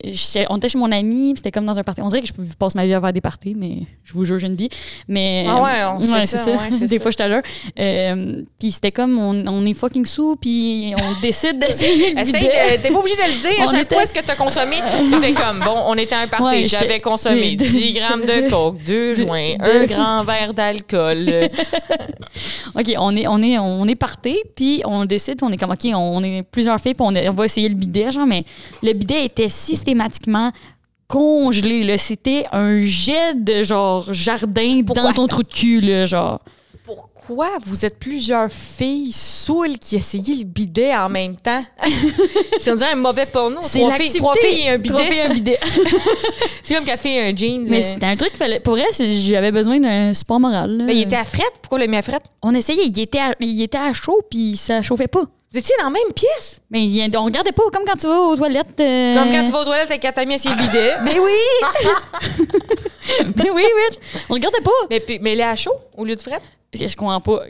B: j'étais- on était chez mon ami, puis c'était comme dans un party. On dirait que je passe ma vie à faire des parties, mais je vous jure, j'ai une vie. Mais.
A: Ah ouais, on- c'est
B: Ouais,
A: ça, ouais, c'est
B: des
A: ça.
B: fois, j'étais à l'heure. Euh, puis c'était comme, on, on est fucking sous, puis on décide d'essayer le
A: Essaye,
B: bidet.
A: de- t'es pas obligé de le dire.
B: On
A: À chaque
B: était-
A: fois, ce que t'as consommé, t'es comme, bon, on était à un party,
B: Ouais, j'étais-
A: j'avais consommé
B: des-
A: 10 grammes de coke, 2 joints, un
B: deux-
A: grand verre d'alcool. Euh,
B: OK, on est, on est, on est parté, puis on décide, on est comme, OK, on est plusieurs filles, puis on, est- on va essayer le bidet, genre, mais le bidet était systématiquement congelé, là. C'était un jet de, genre, jardin
A: Pourquoi?
B: dans ton trou de cul, là, genre.
A: Pourquoi vous êtes plusieurs filles saoules qui essayaient le bidet en même temps? C'est on dirait un mauvais porno.
B: C'est
A: Trois filles-
B: l'activité.
A: Trois filles et un
B: Trois
A: bidet.
B: filles et un bidet.
A: C'est comme quatre filles et un jeans.
B: mais
A: euh.
B: c'était un truc, qu'il fallait, pour vrai, c'est- j'avais besoin d'un support moral, là.
A: Mais Ben, il était à frette. Pourquoi le mis à frette?
B: On essayait, il était, à, il était à chaud, puis ça chauffait pas.
A: Vous étiez dans la même pièce?
B: Mais il- on regardait pas, comme quand tu vas aux toilettes. euh,
A: Comme quand tu vas aux toilettes avec ta amie, c'est le bidet.
B: Ben oui! ben oui, Rich! On regardait pas!
A: Mais, puis- mais il est à chaud au lieu de frette?
B: Je comprends pas.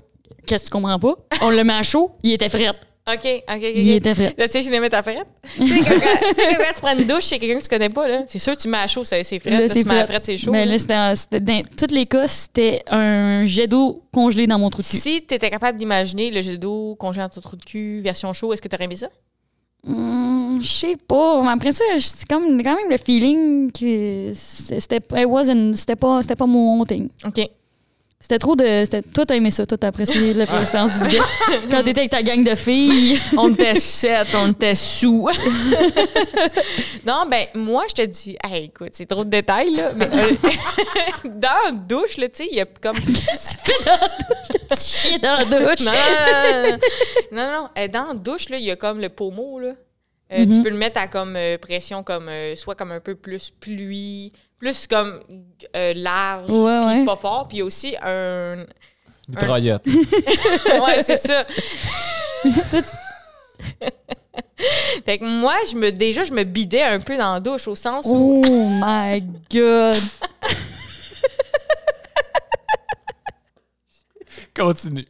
B: Qu'est-ce que tu comprends pas? On le met à chaud, il était fret.
A: OK, OK, OK.
B: Il
A: ok.
B: était fret.
A: Là, tu sais, c'est les mettre à frette. tu sais, quand, quand- tu sais, quand tu prends une douche chez quelqu'un que tu connais pas, là, c'est sûr, tu mets à chaud, c'est c'est frette. Là,
B: Là,
A: tu mets à
B: fret.
A: frette, c'est chaud.
B: Mais
A: là.
B: là, c'était- c'était. Dans tous les cas, c'était un jet d'eau congelé dans mon trou de cul.
A: si tu étais capable d'imaginer le jet d'eau congé dans ton trou de cul, version chaud, est-ce que tu aurais aimé ça?
B: Hmm, je sais pas. Mais après ça, c'est comme quand même le feeling que c'est- c'était it wasn't- c'était pas, c'était pas mon thing.
A: OK.
B: C'était trop de. c'était- Toi, t'as aimé ça. Toi, t'as apprécié la
A: Ah.
B: première expérience du bidet. Quand t'étais avec ta gang de filles.
A: On était sept, on était sous. non, ben moi, je te dis, hey, écoute, c'est trop de détails, là. Mais euh, dans la douche, là, tu sais, il y a comme.
B: Tu chiais dans la douche.
A: Non, non, non, non, non. Euh, Dans la douche, là, il y a comme le pommeau, là. Euh, Tu peux le mettre à comme euh, pression, comme euh, soit comme un peu plus pluie, plus comme euh, large,
B: Ouais,
A: puis
B: ouais.
A: pas fort, puis aussi un.
D: Mitraillette.
A: Ouais, c'est ça. fait que moi, je me déjà, je me bidais un peu dans la douche au sens où
B: Oh my god.
D: Continue.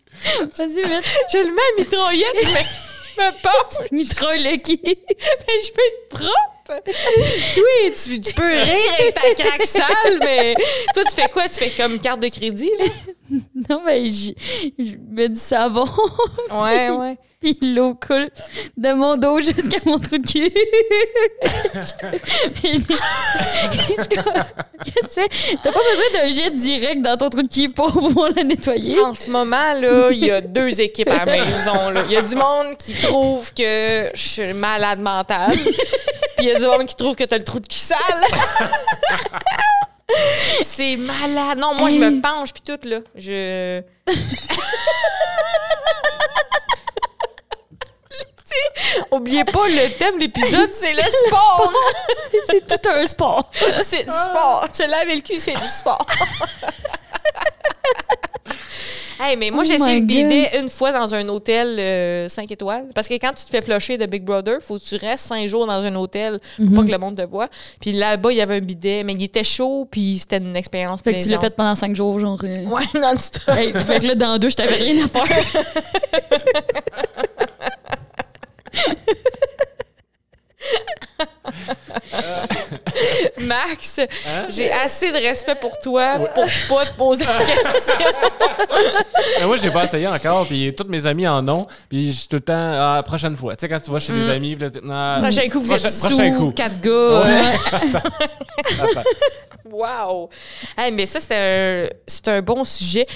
B: Vas-y, vite.
A: je le mets à mitraillette, je me, je me penche,
B: Mitraille le qui. Ben,
A: mais je peux être propre. Oui, tu, tu peux rire avec ta craque sale, mais toi, tu fais quoi? Tu fais comme carte de crédit, là?
B: Non, mais je, je mets du savon,
A: Ouais, ouais.
B: puis l'eau coule de mon dos jusqu'à mon trou de cul. Puis je- Qu'est-ce que tu fais? T'as pas besoin d'un jet direct dans ton trou de cul pour pouvoir le nettoyer.
A: En ce moment, là, il y a deux équipes à la maison. là. Il y a du monde qui trouve que je suis malade mentale. Puis il y a du monde qui trouve que t'as le trou de cul sale. C'est malade. Non, moi, je me penche, puis tout, là. Je... Tu sais, Oubliez pas, le thème de l'épisode, c'est le sport.
B: C'est tout un sport.
A: C'est Ah. du sport. Se laver le cul, c'est du sport. Hey, mais moi,
B: Oh
A: j'ai essayé le
B: my God.
A: bidet une fois dans un hôtel 5 étoiles. Parce que quand tu te fais plocher de Big Brother, faut que tu restes 5 jours dans un hôtel pour pas que le monde te voit. Puis là-bas, il y avait un bidet, mais il était chaud, puis c'était une expérience
B: Fait que tu l'as
A: plaisante.
B: fait pendant cinq jours, genre. euh,
A: Ouais, non-stop.
B: Hey, fait que là, dans deux, je t'avais rien à faire.
A: Max,
D: Hein?
A: j'ai assez de respect pour toi pour pas te poser de questions.
D: Mais Ben, moi, j'ai pas essayé encore, puis toutes mes amis en ont, puis je suis tout le temps, ah, prochaine fois. Tu sais, quand tu vas chez des amis, puis là, t'es- Ah,
A: Mm. Prochain coup, vous
D: prochain-
A: êtes
D: prochain
A: sous,
D: coup.
A: quatre gars.
D: Ouais.
A: euh,
D: Attends.
A: Wow! Hey, mais ça, c'est un, c'est un bon sujet.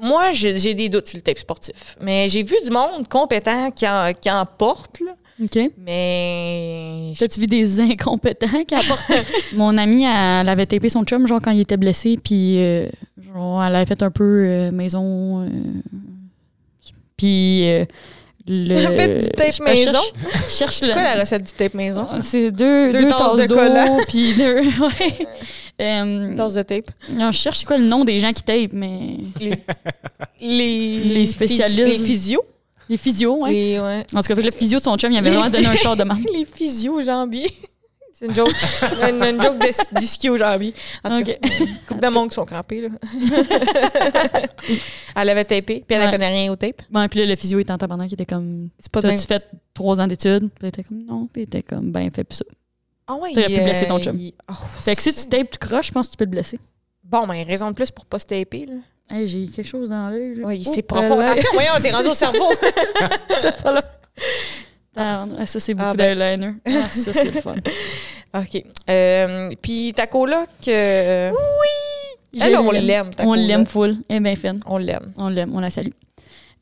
A: Moi, j'ai j'ai des doutes sur le tape sportif. Mais j'ai vu du monde compétent qui en, qui en porte, là.
B: OK.
A: Mais.
B: T'as-tu vu des incompétents qui apportent. Mon amie, elle, elle avait tapé son chum, genre, quand il était blessé, puis, euh, genre, elle avait fait un peu euh, maison. euh, puis. euh, le...
A: Elle a fait du tape
B: je- Euh,
A: maison?
B: Cherche, cherche
A: C'est
B: le-
A: quoi la recette du tape maison?
B: C'est deux,
A: Deux
B: deux,
A: tasses
B: tasses,
A: de
B: d'eau,
A: collant.
B: puis deux. Ouais. Euh,
A: Tasse de tape.
B: on cherche c'est quoi le nom des gens qui tapent, mais.
A: Les, les,
B: Les spécialistes.
A: Les physios.
B: Les physios, ouais.
A: Les, ouais.
B: En tout cas, fait que le physio de son chum, il avait
A: Les
B: vraiment donné un short de marque.
A: les physios jambiers. C'est une joke. une, une joke de- d'ischios jambiers. En tout
B: Ok.
A: cas, coupe de monde qui sont crampés, là. elle avait tapé, puis elle ne
B: Ouais.
A: connaît rien au tape.
B: Bon, puis là, le physio était en tabarnak, qui était comme.
A: C'est pas de même.
B: T'as-tu fait trois ans d'études? Puis il était comme non. Puis il était comme ben, fais plus ça.
A: Ah ouais,
B: T'aurais
A: il,
B: pu blesser ton
A: euh,
B: chum.
A: il- Oh,
B: Fait que si
A: c'est-
B: tu tapes, tu croches, je pense que tu peux le blesser.
A: Bon, ben, raison de plus pour pas se taper, là.
B: Hey, j'ai quelque chose dans l'œil. là.
A: Oui,
B: Mm. Oh,
A: c'est profond.
B: là, là.
A: Attention, voyons, t'es rendu au cerveau.
B: Ça, ça, là. Tabarnak, ah, ça, c'est beaucoup
A: Ah, ben.
B: d'eyeliner. Ah, ça, c'est le fun.
A: OK. Euh, puis ta coloc, euh, elle,
B: Je
A: Eh, on l'aime, ta
B: On
A: coloc.
B: l'aime full. Elle est bien fine.
A: on l'aime.
B: On l'aime, on la salue.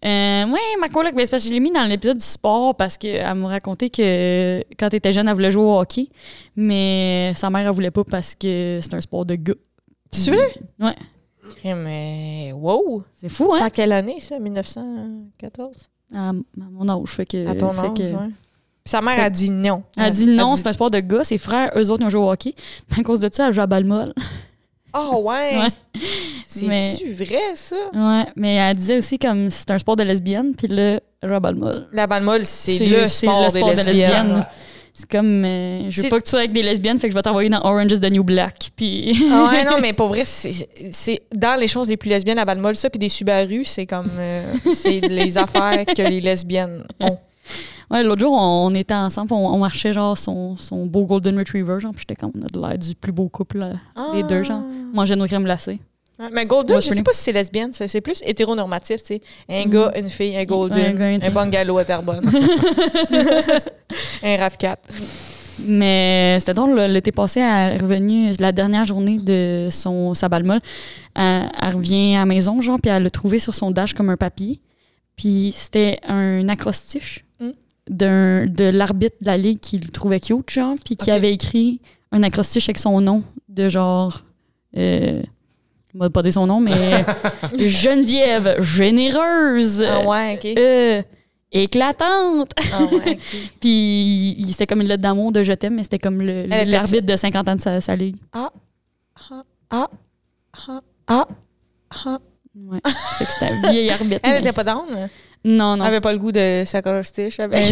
B: Euh, oui, ma coloc, ben, c'est parce que je l'ai mis dans l'épisode du sport parce qu'elle m'a raconté que euh, quand elle était jeune, elle voulait jouer au hockey, mais euh, sa mère, elle voulait pas parce que c'est un sport de gars.
A: Tu veux?
B: Mm. Ouais.
A: Mais wow!
B: C'est fou,
A: C'est
B: hein?
A: en quelle année, ça? 1914?
B: À, à mon âge. Fait que,
A: À ton
B: Euh, fait
A: âge,
B: que-
A: ouais. Puis sa mère a dit non.
B: Elle dit non, c'est un sport de gars, ses frères, eux autres, ils ont joué au hockey. Mais à cause de ça, elle joue à balle molle.
A: Ah ouais!
B: Ouais.
A: C'est-tu vrai, ça?
B: Ouais, mais elle disait aussi comme c'est un sport de lesbienne, puis là, elle joue à balle molle.
A: La balle molle, c'est le sport, des lesbiennes.
B: C'est comme, euh, je
A: C'est-
B: veux pas que tu sois avec des lesbiennes, fait que je vais t'envoyer dans Orange is the New Black. Puis.
A: Ah ouais, non, mais pour vrai, c'est c'est dans les choses les plus lesbiennes à Balmol, ça, puis des Subaru, c'est comme. euh, c'est les affaires que les lesbiennes ont.
B: Ouais, l'autre jour, on, on était ensemble, on, on marchait genre son, son beau Golden Retriever, genre, puis j'étais comme, on a de l'air du plus beau couple, là. Ah. Les deux, genre. mangeait nos crèmes glacées.
A: Ah. Mais Golden,
B: Moi,
A: je
B: je
A: sais
B: connais. Mm.
A: pas si c'est lesbienne, ça, c'est plus hétéronormatif, tu sais. Un gars, une fille, un
B: Un
A: Golden,
B: gars, une
A: un
B: fille.
A: bungalow à Terrebonne. un RAV4.
B: Mais c'était drôle, là, l'été passé, elle est revenue, la dernière journée de son, sa balle molle, elle, elle revient à la maison, genre, puis elle l'a trouvé sur son dash comme un papier. Puis c'était un acrostiche
A: Mm.
B: d'un de l'arbitre de la ligue qui le trouvait cute, genre, puis qui
A: Ok.
B: avait écrit un acrostiche avec son nom, de genre. Euh, on va pas dire son nom, mais Geneviève, généreuse,
A: Ah ouais, ok.
B: euh, éclatante.
A: Ah ouais, ok.
B: Puis il- il- c'était comme une lettre d'amour de je t'aime, mais c'était comme le-
A: était-
B: l'arbitre de 50 ans de sa, sa ligue.
A: Ah! ah.
B: Ouais. fait que c'était un vieil arbitre.
A: Elle
B: mais-
A: était pas down?
B: Non, non.
A: Elle avait pas le goût de sa color stitch avec.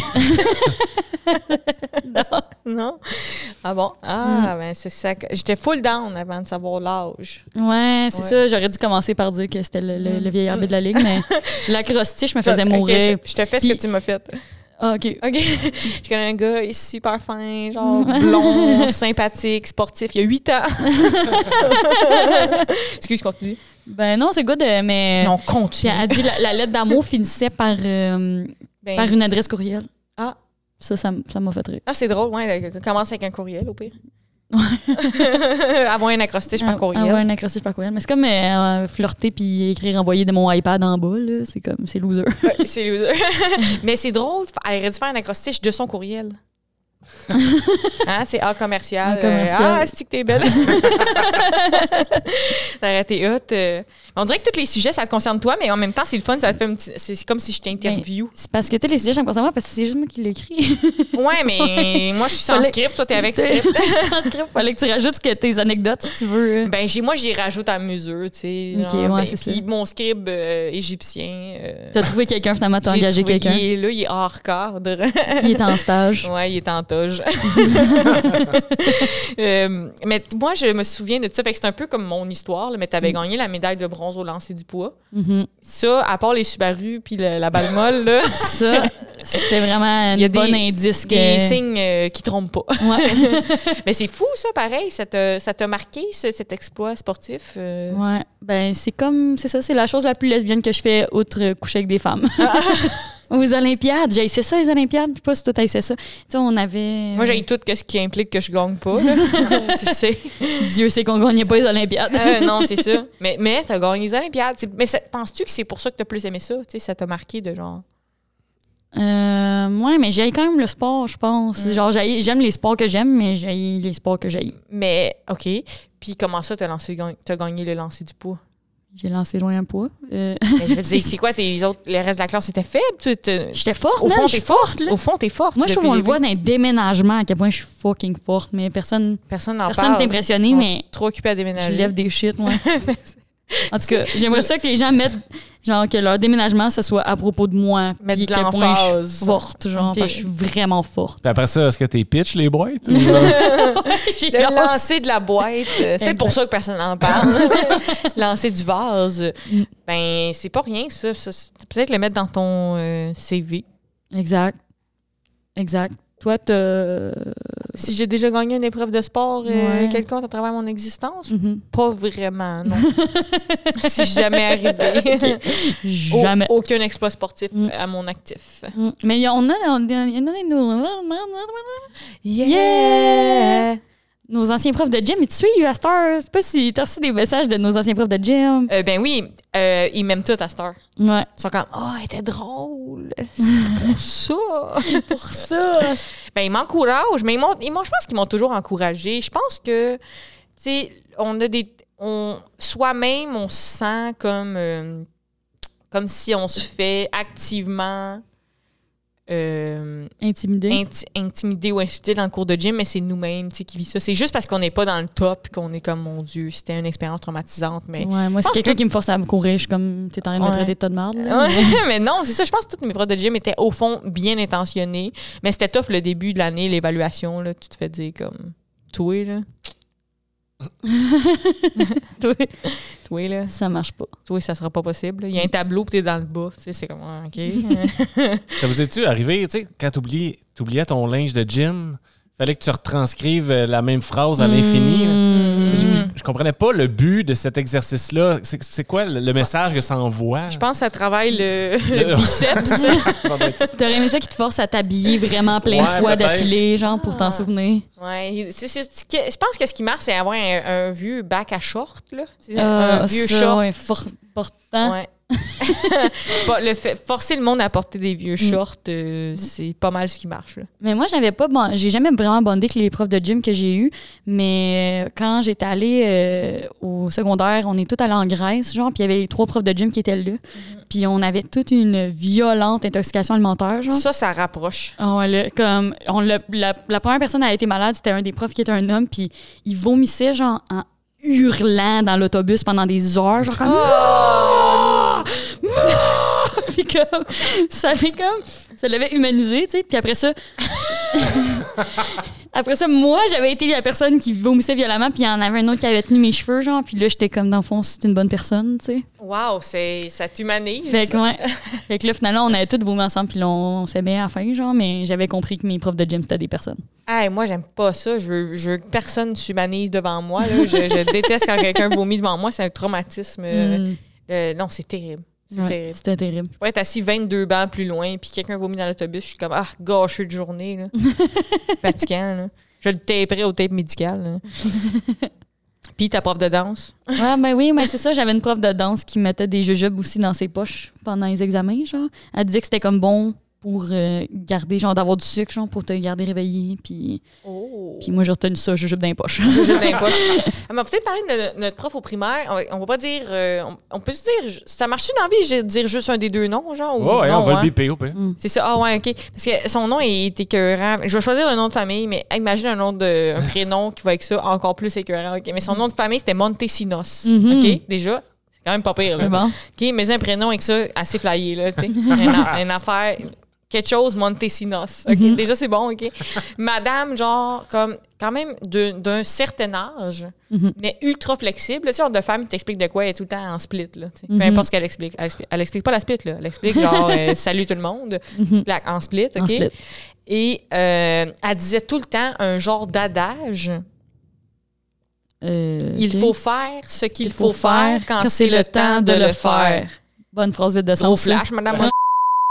B: Ben,
A: non? Ah bon?
B: Hmm.
A: Ah, ben c'est ça. que- J'étais full down avant de savoir l'âge.
B: Ouais, c'est
A: Ouais.
B: ça. J'aurais dû commencer par dire que c'était le, le- le vieil arbitre de la ligue, mais l'acrostiche me faisait
A: Ok,
B: mourir.
A: je, je te fais ce que
B: Puis-
A: tu m'as fait.
B: Ah, OK.
A: OK. je connais un gars, il est super fin, genre blond, sympathique, sportif. Il a 8 ans. Excuse, continue.
B: Ben non, c'est good, euh, mais...
A: Non,
B: Puis
A: continue.
B: elle a dit la, la lettre d'amour finissait par, euh,
A: Ben,
B: par une adresse courriel.
A: Ah.
B: Ça, ça m- ça m'a fait rire.
A: Ah, c'est drôle, ouais. de- de- Commence avec un courriel, au pire. Avoir un acrostiche par
B: Ah,
A: courriel.
B: ah ouais, un acrostiche par courriel. Mais c'est comme euh, flirter puis écrire envoyer de mon iPad en bas, là. C'est comme, c'est loser.
A: Ouais, c'est loser. Mais c'est drôle, elle aurait dû faire un acrostiche de son courriel. Hein, c'est A commercial.
B: A commercial.
A: euh, ah, c'est que t'es belle. T'aurais été hot. euh. On dirait que tous les sujets, ça te concerne toi, mais en même temps, c'est le fun. Ça te fait un petit- c'est c'est comme si je t'interview.
B: C'est parce que tous les sujets, ça me concerne moi, parce que c'est juste moi qui l'écris.
A: Ouais, mais moi, je suis sans
B: Fallait-
A: script. Toi, t'es avec script.
B: Il fallait que tu rajoutes que tes anecdotes, si tu veux.
A: Ben, j'ai, moi, j'y rajoute à mesure, tu sais.
B: Ok,
A: genre,
B: ouais,
A: ben,
B: c'est
A: Puis
B: ça.
A: mon scribe euh, égyptien. euh,
B: T'as trouvé quelqu'un, finalement, t'as
A: j'ai
B: engagé
A: trouvé-
B: quelqu'un.
A: Il est là, il est hors cadre.
B: Il est en stage.
A: Ouais, il est en toge. Euh, mais t- moi, je me souviens de ça. Fait que c'est un peu comme mon histoire, là, mais t'avais gagné la médaille de bronze au lancer du poids.
B: Mhm.
A: Ça, à part les Subaru puis le- la balle molle, là,
B: Ça, c'était vraiment
A: Il y a des-
B: un bon indice. Que...
A: des signes euh, qui trompent pas.
B: Ouais.
A: mais c'est fou, ça, pareil. Ça t'a ça t'a marqué, ce- cet exploit sportif? euh?
B: Ouais. Ben, c'est comme. C'est ça, c'est la chose la plus lesbienne que je fais, outre coucher avec des femmes.
A: Ah.
B: Aux Olympiades, j'ai essayé ça, les Olympiades. Je sais pas si toi, t'as essayé ça. Tu sais, on avait.
A: Moi, j'ai tout que ce qui implique que je gagne pas. là. tu sais.
B: Dieu sait qu'on gagnait pas les Olympiades.
A: Euh, non, c'est ça. Mais, mais t'as gagné les Olympiades. C'est- Mais ça- penses-tu que c'est pour ça que t'as plus aimé ça? Tu sais, ça t'a marqué de genre.
B: Euh, ouais, mais j'ai quand même le sport, je pense. Genre, j'haïs- j'aime les sports que j'aime, mais j'ai les sports que j'ai.
A: Mais, OK. Puis comment ça, t'as, lancé, t'as gagné le lancer du poids?
B: J'ai lancé loin un poids. Euh,
A: Mais je veux dire, c'est quoi, tes autres, le reste de la classe était faible? Tu, t'es-
B: J'étais forte,
A: au
B: man,
A: fond,
B: je
A: t'es
B: suis
A: forte.
B: là.
A: Au fond, t'es forte.
B: Moi, je trouve
A: depuis
B: qu'on le
A: le
B: voit
A: début.
B: dans les déménagements, à quel point je suis fucking forte, mais personne
A: Personne n'en
B: personne
A: parle.
B: n'est impressionné,
A: Ils sont
B: mais
A: trop occupé à déménager.
B: je lève des shit, moi. en tout cas, j'aimerais ça que les gens mettent, genre, que leur déménagement, ce soit à propos de moi.
A: Mettre
B: Puis
A: de
B: quel point je
A: l'emphase.
B: suis forte, genre,
A: Ok.
B: parce que je suis vraiment forte.
D: Puis après ça, est-ce que t'es pitch les boîtes? ou, euh,
B: J'ai
A: Le
B: lancé-
A: lancer de la boîte, euh, c'est peut-être pour ça que personne n'en parle. lancer du vase, euh,
B: Mm.
A: ben c'est pas rien ça. Ça, c'est- Peut-être le mettre dans ton euh, CV.
B: Exact. Exact. Toi, t'as.
A: Si j'ai déjà gagné une épreuve de sport euh,
B: Ouais.
A: quelconque à travers mon existence,
B: Mhm.
A: pas vraiment, non. c'est jamais arrivé. Au-
B: Jamais.
A: aucun exploit sportif
B: Mm.
A: à mon actif.
B: Mm. Mais il y en a, on- il y en a des- nos,
A: Yeah!
B: nos anciens profs de gym, ils te suivent à cette heure. Je sais pas si t'as reçu des messages de nos anciens profs de gym.
A: Euh, ben oui, euh, ils m'aiment tout à cette heure.
B: Ouais.
A: Ils sont comme, oh, elle était drôle. C'était pour ça.
B: Pour ça.
A: Ben, ils m'encouragent, mais ils m'ont, ils m'ont- je pense qu'ils m'ont toujours encouragée. Je pense que, tu sais, on a des. On, soi-même, on se sent comme, euh, comme si on se fait activement euh,
B: Intimidé.
A: inti- intimider ou insulter dans le cours de gym, mais c'est nous-mêmes tu sais, qui vit ça. C'est juste parce qu'on n'est pas dans le top qu'on est comme, mon Dieu, c'était une expérience traumatisante, mais.
B: Ouais, moi,
A: pense
B: c'est quelqu'un
A: que-
B: qui me force à me courir. Je suis comme, t'es en train de me
A: Ouais.
B: traiter de tas de marde. là.
A: Ouais, mais non, c'est ça. Je pense que toutes mes profs de gym étaient au fond bien intentionnés. Mais c'était tough le début de l'année, l'évaluation. Là, tu te fais dire comme Toi, là.
B: Toi,
A: Toi, là.
B: ça marche pas.
A: Toi, ça sera pas possible. là. Il y a un tableau, puis t'es dans le bas. Tu sais, c'est comme ah, OK. Euh,
D: Ça vous est-tu arrivé, tu sais, quand t'oublies- t'oubliais ton linge de gym, fallait que tu retranscrives euh, la même phrase
A: Hmm.
D: à l'infini? là?
B: Mm.
D: Je, je- je comprenais pas le but de cet exercice-là. C'est c'est quoi le, le message que ça envoie?
A: Je pense que ça travaille le, le
D: Le-
A: biceps.
B: T'aurais aimé ça qui te force à t'habiller vraiment plein
D: Ouais,
B: de fois
D: peut-être.
B: d'affilée, genre, pour
A: Ah.
B: t'en souvenir.
A: ouais. C'est- c'est- c'est- que- je pense que ce qui marche, c'est avoir un, un vieux bac à short. Là. C'est un
B: Euh,
A: vieux
B: ça,
A: short.
B: ouais, for- portant.
A: Ouais. Pas- le fait- forcer le monde à porter des vieux
B: Mm.
A: shorts, euh, c'est pas mal ce qui marche. Là.
B: Mais moi, j'avais pas bon, j'ai jamais vraiment bondé que les profs de gym que j'ai eu, mais euh, quand j'étais allée euh, au secondaire, on est tous allés en Grèce, genre, puis il y avait les trois profs de gym qui étaient là. Puis on avait toute une violente intoxication alimentaire, genre.
A: Ça, ça rapproche.
B: Ah ouais, là, comme on l'a- la, la première personne a été malade, c'était un des profs qui était un homme, puis il vomissait genre en hurlant dans l'autobus pendant des heures, genre comme Non! Non! Puis comme ça fait comme ça l'avait humanisé, tu sais. Puis après ça, après ça, moi j'avais été la personne qui vomissait violemment, puis il y en avait un autre qui avait tenu mes cheveux, genre. Puis là j'étais comme dans le fond, c'est une bonne personne, tu sais.
A: Wow, c'est ça t'humanise.
B: Fait que, ouais. fait que là, finalement, on avait tous vomi ensemble, puis là, on, on s'aimait à la fin, genre, mais j'avais compris que mes profs de gym, c'était des personnes.
A: Hey, moi j'aime pas ça, je veux, je veux que personne s'humanise devant moi là. Je, je déteste quand quelqu'un vomit devant moi, c'est un traumatisme. euh,
B: Mm.
A: euh, non, c'est terrible. C'est
B: Ouais,
A: terrible.
B: C'était terrible.
A: Je pourrais être assis 22 bancs plus loin puis quelqu'un vomit dans l'autobus, je suis comme ah, gâcheux de journée là. Fatigant là. Je le taperais au tape médical. là. puis ta prof de danse.
B: Ouais, ben oui, mais c'est ça, j'avais une prof de danse qui mettait des jujubes aussi dans ses poches pendant les examens, genre. Elle disait que c'était comme bon pour euh, garder, genre d'avoir du sucre, genre pour te garder réveillé. Puis,
A: Oh.
B: puis moi, j'ai retenu ça, je jupe dans les poches.
A: Je t'ai pas. Ah, On va peut-être parler de no- notre prof au primaire. On va- On va pas dire. euh, on, on peut se dire. Ça marche-tu dans la vie de dire juste un des deux noms, genre? ou
D: Oh, ouais,
A: non,
D: on va
A: hein?
D: le biper au pire.
A: C'est ça. Ah ouais, OK. Parce que son nom est écœurant. Je vais choisir le nom de famille, mais imagine un nom de un prénom qui va avec ça encore plus écœurant. OK. Mais son nom de famille, c'était Montesinos.
B: Mhm.
A: OK? Déjà, c'est quand même pas pire. Là.
B: Mais bon.
A: OK? Mais un prénom avec ça, assez flyé, là, tu sais. une, a- une affaire... Quelque chose, Montesinos. OK? Déjà, c'est bon, OK? Madame, genre, comme, quand même, de- d'un certain âge, mais ultra flexible. Tu sais, genre de femme qui t'explique de quoi, elle est tout le temps en split, là. tu sais. Peu importe ce qu'elle explique. Elle, expli- elle explique pas la split, là. Elle explique, genre, euh, salut tout le monde. La- Mhm. en split, OK?
B: En split.
A: Et euh, elle disait tout le temps un genre d'adage.
B: Euh,
A: Il
B: ok.
A: faut faire ce qu'il faut, faire quand, c'est le temps de le faire.
B: Bonne phrase vite de
A: Gros
B: sens. ça.
A: flash, madame.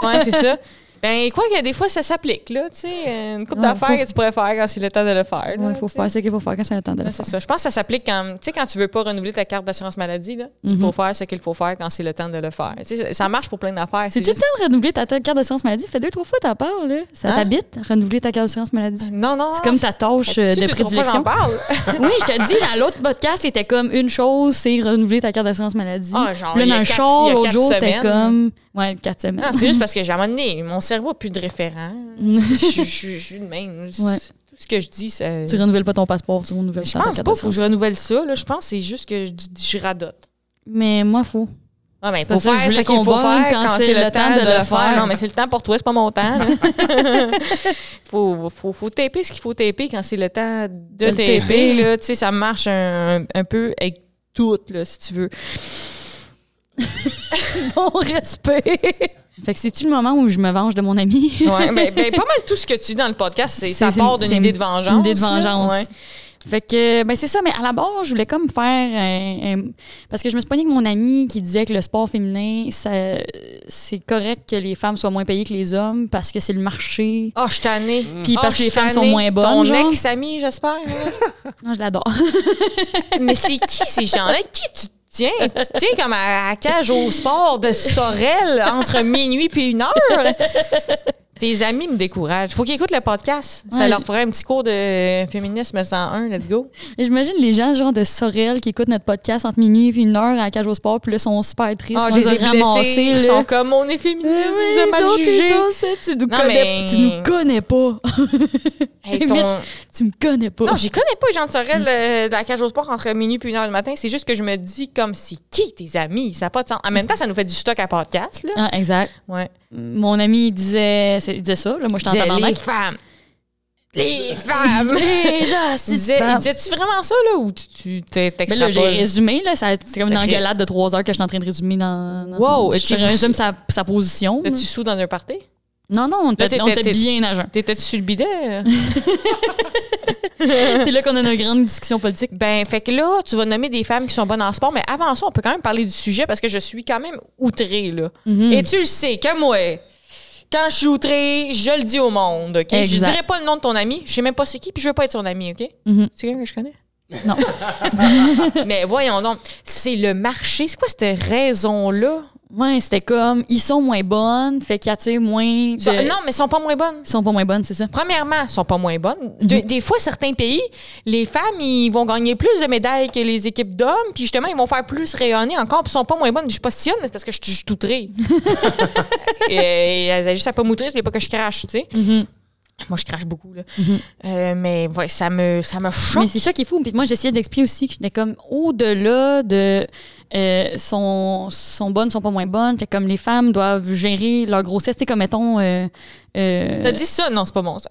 A: ouais, c'est ça. Ben, quoi qu'il y a des fois, ça s'applique, là. Tu sais, une coupe
B: Ouais,
A: d'affaires
B: faut-
A: que tu pourrais faire quand c'est le temps de le faire.
B: Ouais,
A: là,
B: il faut
A: tu sais.
B: faire ce qu'il faut faire quand c'est le temps de le
A: Ouais,
B: faire.
A: c'est ça. Je pense que ça s'applique quand, tu sais, quand tu veux pas renouveler ta carte d'assurance maladie, là.
B: Mm-hmm.
A: Il faut faire ce qu'il faut faire quand c'est le temps de le faire. Tu sais, ça- ça marche pour plein d'affaires.
B: C'est-tu le
A: juste-
B: temps de renouveler ta ta carte d'assurance maladie? Fait deux, trois fois, t'en parles, là. Ça
A: Hein? Ah,
B: t'habite, renouveler ta carte d'assurance maladie.
A: Non, non.
B: C'est comme ta tâche euh,
A: Tu
B: de
A: te trouves pas, j'en
B: prédilection.
A: parle.
B: Oui, je te dis, dans l'autre podcast, c'était comme une chose, c'est renouveler ta carte d'assurance maladie.
A: Ah, genre,
B: Puis là,
A: il y a
B: dans le
A: quatre- il
B: char,
A: y a
B: l'autre
A: quatre
B: jour, t'es
A: semaines.
B: comme. Ouais, quatre semaines.
A: Non, c'est juste parce que j'ai à un moment donné, mon cerveau n'a plus de référent. je, je- je suis de même.
B: Ouais.
A: Tout ce que je dis, ça.
B: Tu renouvelles pas ton passeport, tu renouvelles
A: je
B: pas ta
A: pense
B: carte
A: pas faut que
B: d'assurance.
A: je renouvelle ça. Là. Je pense que c'est juste que je, dis- je radote.
B: Mais moi, faut.
A: Ah, mais faut
B: Parce que je
A: faire
B: voulais
A: ce qu'il
B: qu'on
A: faut
B: vole
A: faire quand, c'est le, temps de, le faire. Non,
B: faire.
A: mais c'est le temps pour toi, c'est pas mon temps. là. faut, faut, faut taper ce qu'il faut taper quand c'est le temps de,
B: le
A: taper.
B: taper.
A: là. Tu sais, ça marche un, un peu avec tout, là, si tu veux.
B: Bon respect. Fait que c'est-tu le moment où je me venge de mon ami?
A: Ouais, ben, ben, pas mal tout ce que tu dis dans le podcast, c'est, ça
B: C'est-
A: part
B: c'est-
A: d'une idée de vengeance.
B: Une idée de
A: là.
B: vengeance.
A: Ouais.
B: Fait que, ben c'est ça, mais à la base, je voulais comme faire. un- un- parce que je me suis pognée avec mon ami qui disait que le sport féminin, ça- c'est correct que les femmes soient moins payées que les hommes parce que c'est le marché.
A: Oh, je suis tannée.
B: Puis
A: Ah,
B: parce
A: je
B: que les
A: suis
B: femmes sont
A: tannée.
B: moins bonnes.
A: Ton
B: genre.
A: ex-ami, j'espère. là.
B: Non, je l'adore.
A: Mais c'est qui ces gens-là? Qui tu te tiens? Tu te tiens comme à, à cage au sport de Sorel entre minuit puis une heure? Tes amis me découragent. Faut qu'ils écoutent le podcast. Ça
B: Ouais.
A: leur ferait un petit cours de féminisme 101. Let's go.
B: Et J'imagine les gens, genre de Sorel, qui écoutent notre podcast entre minuit et une heure à la cage au sport, puis là, sont super tristes.
A: Ah,
B: qu'on
A: je les
B: les a
A: ai blessés.
B: ramassés,
A: Ils
B: là.
A: sont comme on est féministes,
B: Eh oui,
A: ils nous a mal
B: donc,
A: jugés.
B: ils ont ça, tu nous
A: Non,
B: connais,
A: mais-
B: tu nous connais pas.
A: Hey,
B: Mais
A: ton-
B: tu me connais pas.
A: Non, j'y connais pas Jean Sorel euh, de la cage au sport entre minuit puis une heure du matin. C'est juste que je me dis comme c'est qui tes amis? Ça a pas de sens. En même temps, ça nous fait du stock à podcast, là.
B: Ah, exact.
A: Ouais.
B: Mon ami il disait, c'est- il disait ça. Là, moi, je
A: Il disait,
B: t'entends
A: les femmes. Les femmes. Il disait- il disait-tu vraiment ça, là, ou tu- tu t'es-
B: Mais là, j'ai
A: t'extrapoles?
B: résumé. Là, ça- c'est comme une
A: Ré-
B: engueulade de trois heures que je suis en train de résumer dans. dans
A: Wow,
B: son-
A: tu-
B: Je résume sa, sa position. là.
A: T'étais-tu sous dans un party?
B: Non, non, on était,
A: t'étais-
B: on était
A: t'étais-
B: bien à jeun.
A: T'étais-tu sur le bidet?
B: c'est là qu'on a nos grandes discussions politiques.
A: ben, fait que là, tu vas nommer des femmes qui sont bonnes en sport, mais avant ça, on peut quand même parler du sujet parce que je suis quand même outrée, là.
B: Hmm.
A: Et tu le sais, que moi, quand je suis outrée, je le dis au monde, OK? Je
B: Exact. Mhm.
A: dirais pas le nom de ton ami, je sais même pas c'est qui, puis je veux pas être son ami, OK? C'est quelqu'un que je connais?
B: Non.
A: mais voyons donc, c'est le marché. C'est quoi cette raison-là?
B: Ouais, c'était comme, ils sont moins bonnes, fait qu'ils attirent moins.
A: Ça-
B: de-
A: Bah, Non, mais elles sont pas moins bonnes.
B: Ils sont pas moins bonnes, c'est ça.
A: Premièrement, elles sont pas moins bonnes. De-
B: Mm-hmm.
A: Des fois, certains pays, les femmes, ils vont gagner plus de médailles que les équipes d'hommes, puis justement, ils vont faire plus rayonner encore, puis sont pas moins bonnes. Je postillonne, mais c'est parce que je suis- je suis outrée. et, et elles avaient juste à pas m'outrer, c'est pas que je crache, tu sais.
B: Mm-hmm.
A: Moi, je crache beaucoup, là. Euh, mais ouais, ça me, ça me choque.
B: Mais c'est ça qui est fou. Puis moi, j'essayais d'expliquer aussi que j'étais comme au-delà de euh, sont, sont bonnes, sont pas moins bonnes. J'étais comme les femmes doivent gérer leur grossesse. C'est comme, mettons. euh, euh,
A: T'as dit ça? Non, c'est pas bon, ça.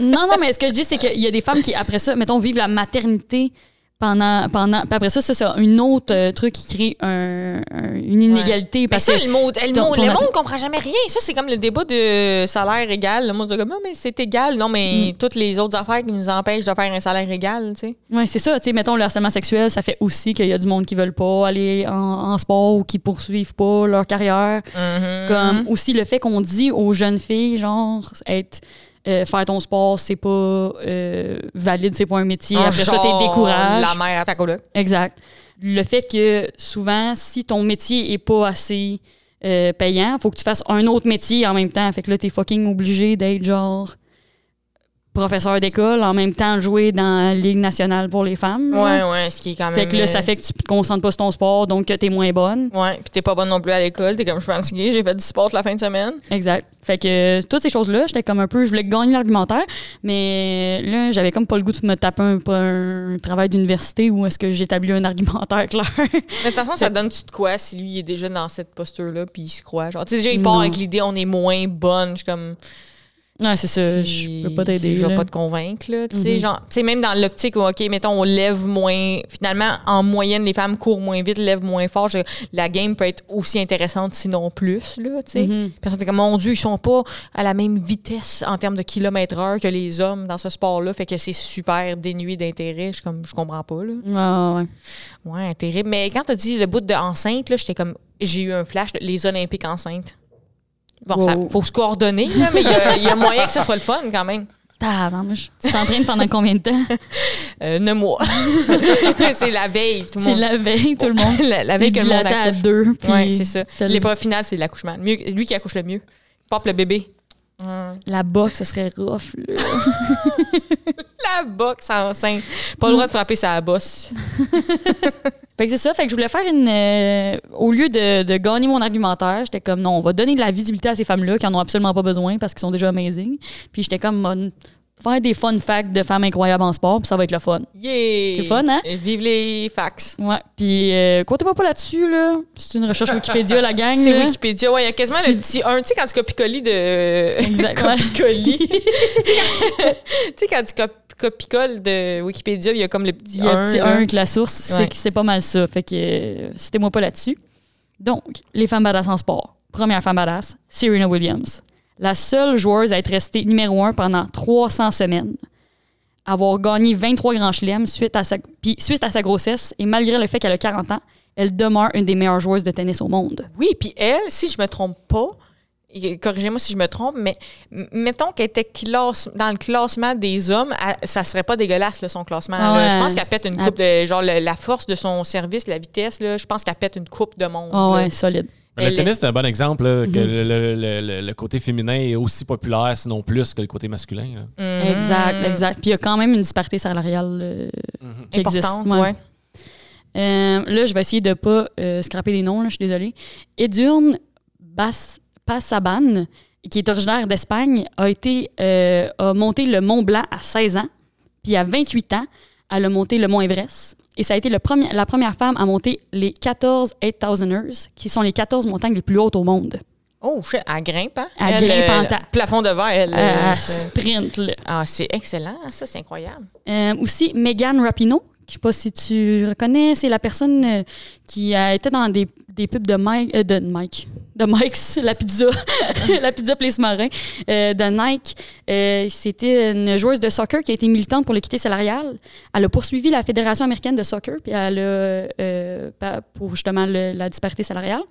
B: non, non, mais ce que je dis, c'est qu'il y a des femmes qui, après ça, mettons, vivent la maternité pendant. pendant puis après ça, ça, c'est un autre euh, truc qui crée un- un- une inégalité.
A: Mais
B: Parce
A: ça,
B: que,
A: le, mot, le,
B: ton-
A: mot-
B: ton
A: le
B: avis-
A: monde comprend jamais rien. Ça, c'est comme le débat de salaire égal. Le monde dit comme, non, mais c'est égal. Non, mais toutes les autres affaires qui nous empêchent de faire un salaire égal, tu sais.
B: ouais, c'est ça. Tu sais, mettons, le harcèlement sexuel, ça fait aussi qu'il y a du monde qui veulent pas aller en, en sport ou qui poursuivent pas leur carrière.
A: Mm-hmm.
B: Comme aussi le fait qu'on dit aux jeunes filles, genre, être. euh, faire ton sport, c'est pas euh, valide, c'est pas un métier.
A: Un
B: Après ça,
A: genre,
B: t'es découragé.
A: La mère à ta coloc.
B: Exact. Le fait que souvent, si ton métier est pas assez euh, payant, faut que tu fasses un autre métier en même temps. Fait que là, t'es fucking obligé d'être genre professeur d'école, en même temps jouer dans la Ligue nationale pour les femmes. genre.
A: Ouais, ouais, ce qui est quand même.
B: Fait que là,
A: euh,
B: ça fait que tu te concentres pas sur ton sport, donc que t'es moins bonne.
A: Ouais, puis t'es pas bonne non plus à l'école, t'es comme je suis fatiguée, j'ai fait du sport la fin de semaine.
B: Exact. Fait que euh, toutes ces choses-là, j'étais comme un peu, je voulais gagner l'argumentaire, mais euh, là, j'avais comme pas le goût de me taper un, un travail d'université où est-ce que j'établis un argumentaire clair.
A: Mais de toute façon, ça donne-tu de quoi si lui, il est déjà dans cette posture-là, puis il se croit? Genre, tu sais, déjà, il part
B: Non.
A: avec l'idée, on est moins bonne. Je suis comme.
B: ouais, c'est ça,
A: si-
B: je peux pas t'aider.
A: si Je vais
B: là.
A: pas te convaincre, là. Tu sais,
B: Mhm.
A: genre, tu sais, même dans l'optique où, OK, mettons, on lève moins. Finalement, en moyenne, les femmes courent moins vite, lèvent moins fort. Je- la game peut être aussi intéressante, sinon plus, là, tu sais.
B: Mhm.
A: Personne est comme, mon Dieu, ils sont pas à la même vitesse en termes de kilomètre-heure que les hommes dans ce sport-là. Fait que c'est super dénué d'intérêt. Je suis comme, je comprends pas, là.
B: Ah, ouais.
A: Ouais, terrible. Mais quand t'as dit le bout de enceinte, là, j'étais comme, j'ai eu un flash, les Olympiques enceintes. Bon,
B: Wow.
A: ça, faut se coordonner, là, mais il y a- il y, a moyen que ce soit le fun quand même.
B: Tabarnouche. Tu t'entraînes pendant combien de temps?
A: Euh, neuf mois. c'est la veille, tout le
B: C'est
A: monde.
B: la veille, tout le monde.
A: la, la veille
B: T'es
A: que le monde
B: dilaté à
A: accouche.
B: deux. Puis
A: Ouais, c'est ça.
B: tu fais le-
A: L'épreuve finale, c'est l'accouchement. Mieux- Lui qui accouche le mieux. Porte le bébé. Hum.
B: La boxe, ça serait rough. là.
A: La boxe enceinte. Pas le droit de frapper sa bosse.
B: Fait que c'est ça. Fait que je voulais faire une. euh, au lieu de, de gagner mon argumentaire, j'étais comme non, on va donner de la visibilité à ces femmes-là qui en ont absolument pas besoin parce qu'ils sont déjà amazing. Puis j'étais comme on- faire des fun facts de femmes incroyables en sport, puis ça va être le fun.
A: Yeah!
B: C'est fun, hein?
A: Et Vive les fax.
B: Ouais. Puis euh, comptez-moi pas là-dessus, là. C'est une recherche Wikipédia, la gang.
A: C'est
B: là.
A: Wikipédia. Ouais, il y a quasiment
B: C'est-
A: le petit 1. Tu sais, quand tu copies colis de.
B: Exact, ouais.
A: Copies-colis. tu sais, quand tu cop- copies-colles de Wikipédia, il y a comme le petit
B: Il y a
A: 1.
B: un, petit un que la source, c'est
A: Ouais.
B: que c'est pas mal ça. Fait que euh, citez-moi pas là-dessus. Donc, les femmes badass en sport. Première femme badass, Serena Williams. La seule joueuse à être restée numéro un pendant 300 semaines. Avoir gagné 23 grands chelems suite, à sa- puis suite à sa grossesse et malgré le fait qu'elle a 40 ans, elle demeure une des meilleures joueuses de tennis au monde.
A: Oui, puis elle, si je me trompe pas, et corrigez-moi si je me trompe, mais m- mettons qu'elle était classe, dans le classement des hommes, elle- ça serait pas dégueulasse, là, son classement.
B: Ah
A: là.
B: ouais.
A: Je pense qu'elle pète une coupe de. Genre, le- la force de son service, la vitesse, là, je pense qu'elle pète une coupe de monde.
B: Ah
A: là.
B: ouais, solide.
D: Mais
A: Elle Mhm.
D: le tennis, c'est un bon exemple là, que le, le- le- le côté féminin est aussi populaire, sinon plus, que le côté masculin. là.
B: Mm-hmm.
A: Mhm.
B: Exact, exact. Puis il y a quand même une disparité salariale euh, qui existe.
A: Importante,
B: Ouais.
A: ouais.
B: Euh, là, je vais essayer de pas euh, scraper des noms, là, je suis désolée. Edurne Bas Pasaban, qui est originaire d'Espagne, a, été, euh, a monté le Mont Blanc à 16 ans, puis à 28 ans, elle a monté le Mont Everest. Et ça a été le premier, la première femme à monter les 14 8000ers, qui sont les 14 montagnes les plus hautes au monde.
A: Oh, shit, elle grimpe, hein?
B: Elle grimpe en temps.
A: Plafond de verre, elle.
B: Euh,
A: euh, c'est-
B: sprint, là.
A: ah, c'est excellent, ça, c'est incroyable.
B: Euh, aussi, Megan Rapinoe, je sais pas si tu reconnais, c'est la personne euh, qui a été dans des, des pubs de Mike, euh, de Mike, de Mike's, la pizza, la pizza Place Morin, euh, de Nike. Euh, C'était une joueuse de soccer qui a été militante pour l'équité salariale. Elle a poursuivi la Fédération américaine de soccer, puis elle a, euh, pa- pour justement le- la disparité salariale.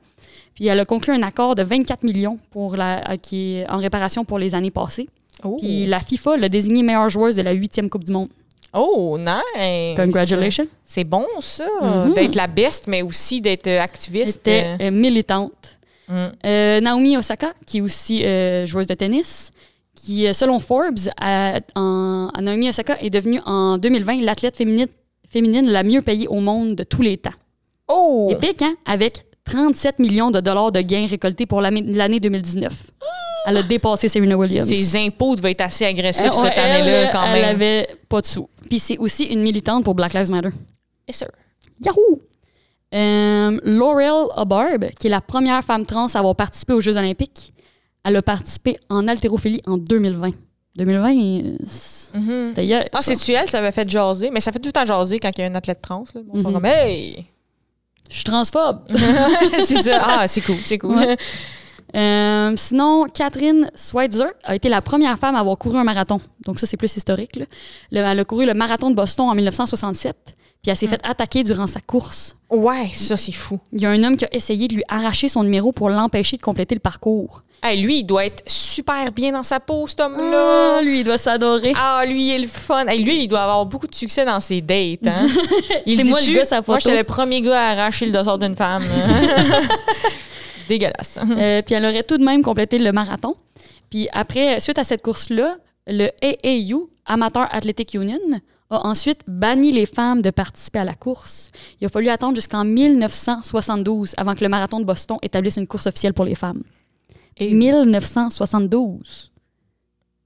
B: Puis elle a conclu un accord de 24 millions pour la, qui est en réparation pour les années passées.
A: Oh,
B: Puis la FIFA l'a désignée meilleure joueuse de la huitième Coupe du Monde.
A: oh nice.
B: Congratulations.
A: C'est bon, ça,
B: Mhm.
A: d'être la best, mais aussi d'être activiste.
B: C'était euh, militante.
A: Mm.
B: Euh, Naomi Osaka, qui est aussi euh, joueuse de tennis, qui, euh, selon Forbes, a- en- Naomi Osaka est devenue en 2020 l'athlète féminine, féminine la mieux payée au monde de tous les temps.
A: Oh!
B: Épique, hein? Avec 37 millions de dollars de gains récoltés pour l'année l'année 2019. Elle a dépassé Serena Williams. Eh,
A: Ses impôts devaient être assez agressifs
B: Ouais,
A: cette année-là,
B: elle,
A: quand
B: Elle
A: même.
B: avait pas de sous. Puis c'est aussi une militante pour Black Lives Matter.
A: Yes, sir.
B: Yahoo! Euh, Laurel Hubbard, qui est la première femme trans à avoir participé aux Jeux olympiques, elle a participé en haltérophilie en 2020. 2020, euh, c'est-
A: Mhm.
B: c'était hier.
A: Ah,
B: ça.
A: c'est-tu elle, ça avait fait jaser? Mais ça fait tout le temps jaser quand il y a un athlète trans. Là. Bon,
B: Mhm.
A: comme, hey!
B: Je suis transphobe.
A: c'est ça. Ah, c'est cool, c'est cool.
B: Ouais. Euh, sinon, Catherine Schweitzer a été la première femme à avoir couru un marathon. Donc ça, c'est plus historique. là. Le- elle a couru le marathon de Boston en 1967, puis elle s'est faite attaquer durant sa course.
A: Ouais, ça, c'est fou.
B: Il y a un homme qui a essayé de lui arracher son numéro pour l'empêcher de compléter le parcours.
A: Hey, lui, il doit être super bien dans sa peau, cet homme-là.
B: Ah, lui, il doit s'adorer.
A: Oh Ah, lui, il est le fun. Hey, lui, il doit avoir beaucoup de succès dans ses dates. Hein? Il
B: C'est moi le
A: dit-tu?
B: gars, sa
A: Moi,
B: photo.
A: j'étais le premier gars à arracher le dossard d'une femme. Dégueulasse.
B: Euh, puis elle aurait tout de même complété le marathon. Puis après, suite à cette course-là, le AAU, Amateur Athletic Union, a ensuite banni les femmes de participer à la course. Il a fallu attendre jusqu'en 1972 avant que le marathon de Boston établisse une course officielle pour les femmes.
A: Et-
B: 1972.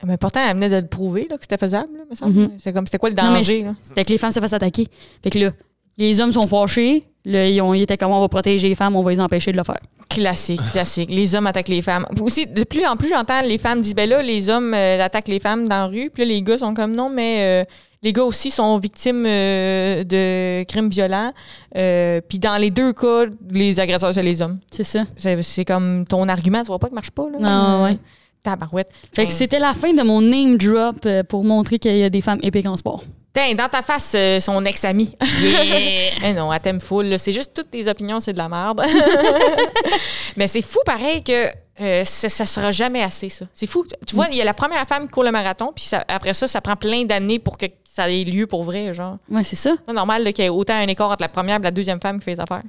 A: Mais pourtant, elle venait de le prouver là, que c'était faisable, là, me semble.
B: Mhm.
A: C'est comme, c'était quoi le
B: Non, mais
A: danger? là?
B: C'était que les femmes se fassent attaquer. Fait que là, les hommes sont fâchés. Là, ils, ont, ils étaient comme on va protéger les femmes, on va les empêcher de le faire.
A: Classique, classique. Les hommes attaquent les femmes. Puis Aussi, de plus en plus, j'entends les femmes disent, ben là, les hommes euh, attaquent les femmes dans la rue. Puis là, les gars sont comme, non, mais euh, les gars aussi sont victimes euh, de crimes violents. Euh, puis dans les deux cas, les agresseurs, c'est les hommes.
B: C'est ça.
A: C'est c'est comme ton argument, tu vois pas qu'il marche pas, là? euh,
B: Non, ouais.
A: Tabarouette.
B: Fait que
A: Ouais.
B: c'était la fin de mon name drop euh, pour montrer qu'il y a des femmes épiques en sport.
A: Tiens, dans ta face, euh, son ex-ami. Eh non, elle t'aime full. là. C'est juste toutes tes opinions, c'est de la merde. Mais c'est fou, pareil, que euh, ça, ça sera jamais assez, ça. C'est fou. Tu vois, il y a la première femme qui court le marathon, puis ça- après ça, ça prend plein d'années pour que ça ait lieu pour vrai, genre.
B: Ouais, c'est ça.
A: C'est pas normal là, qu'il y ait autant un écart entre la première et la deuxième femme qui fait les affaires.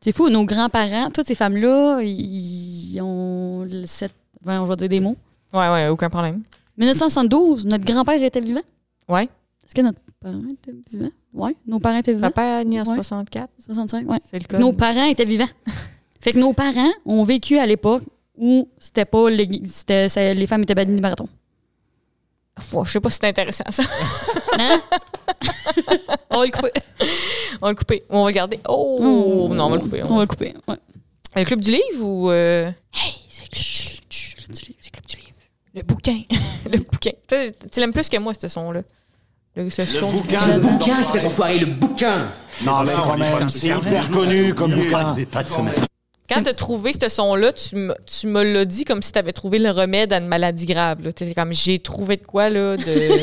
B: C'est fou, nos grands-parents, toutes ces femmes-là, ils ont le- cette. ben, on va dire des mots.
A: Ouais, ouais, aucun problème.
B: 1972, notre grand-père était vivant.
A: Ouais.
B: Est-ce que notre parent était vivant? Oui, nos parents étaient vivants.
A: Papa, né en
B: Ouais.
A: 64,
B: 65, ouais.
A: c'est le cas.
B: Nos parents étaient vivants. fait que nos parents ont vécu à l'époque où c'était pas lég- c'était- ça- les femmes étaient bannies du marathon.
A: Ouah, je sais pas si c'est intéressant, ça.
B: Hein? on va le couper.
A: On va le couper. On va le garder. Oh! Non, on va le couper. on va
B: On va le couper. Hmm. Ouais.
A: Le club du livre ou. euh, Hey, c'est le club du livre. C'est le club du livre. Le bouquin. le bouquin. Tu- Tu l'aimes plus que moi, ce son-là. Le, ce son du
E: bouquin.
F: Le bouquin, espèce d'enfoiré, le bouquin
G: Non, mais quand même, c'est hyper connu comme bouquin.
A: Quand t'as trouvé ce son-là, tu, me- tu me l'as dit comme si t'avais trouvé le remède à une maladie grave. là. T'étais comme, j'ai trouvé de quoi, là. De...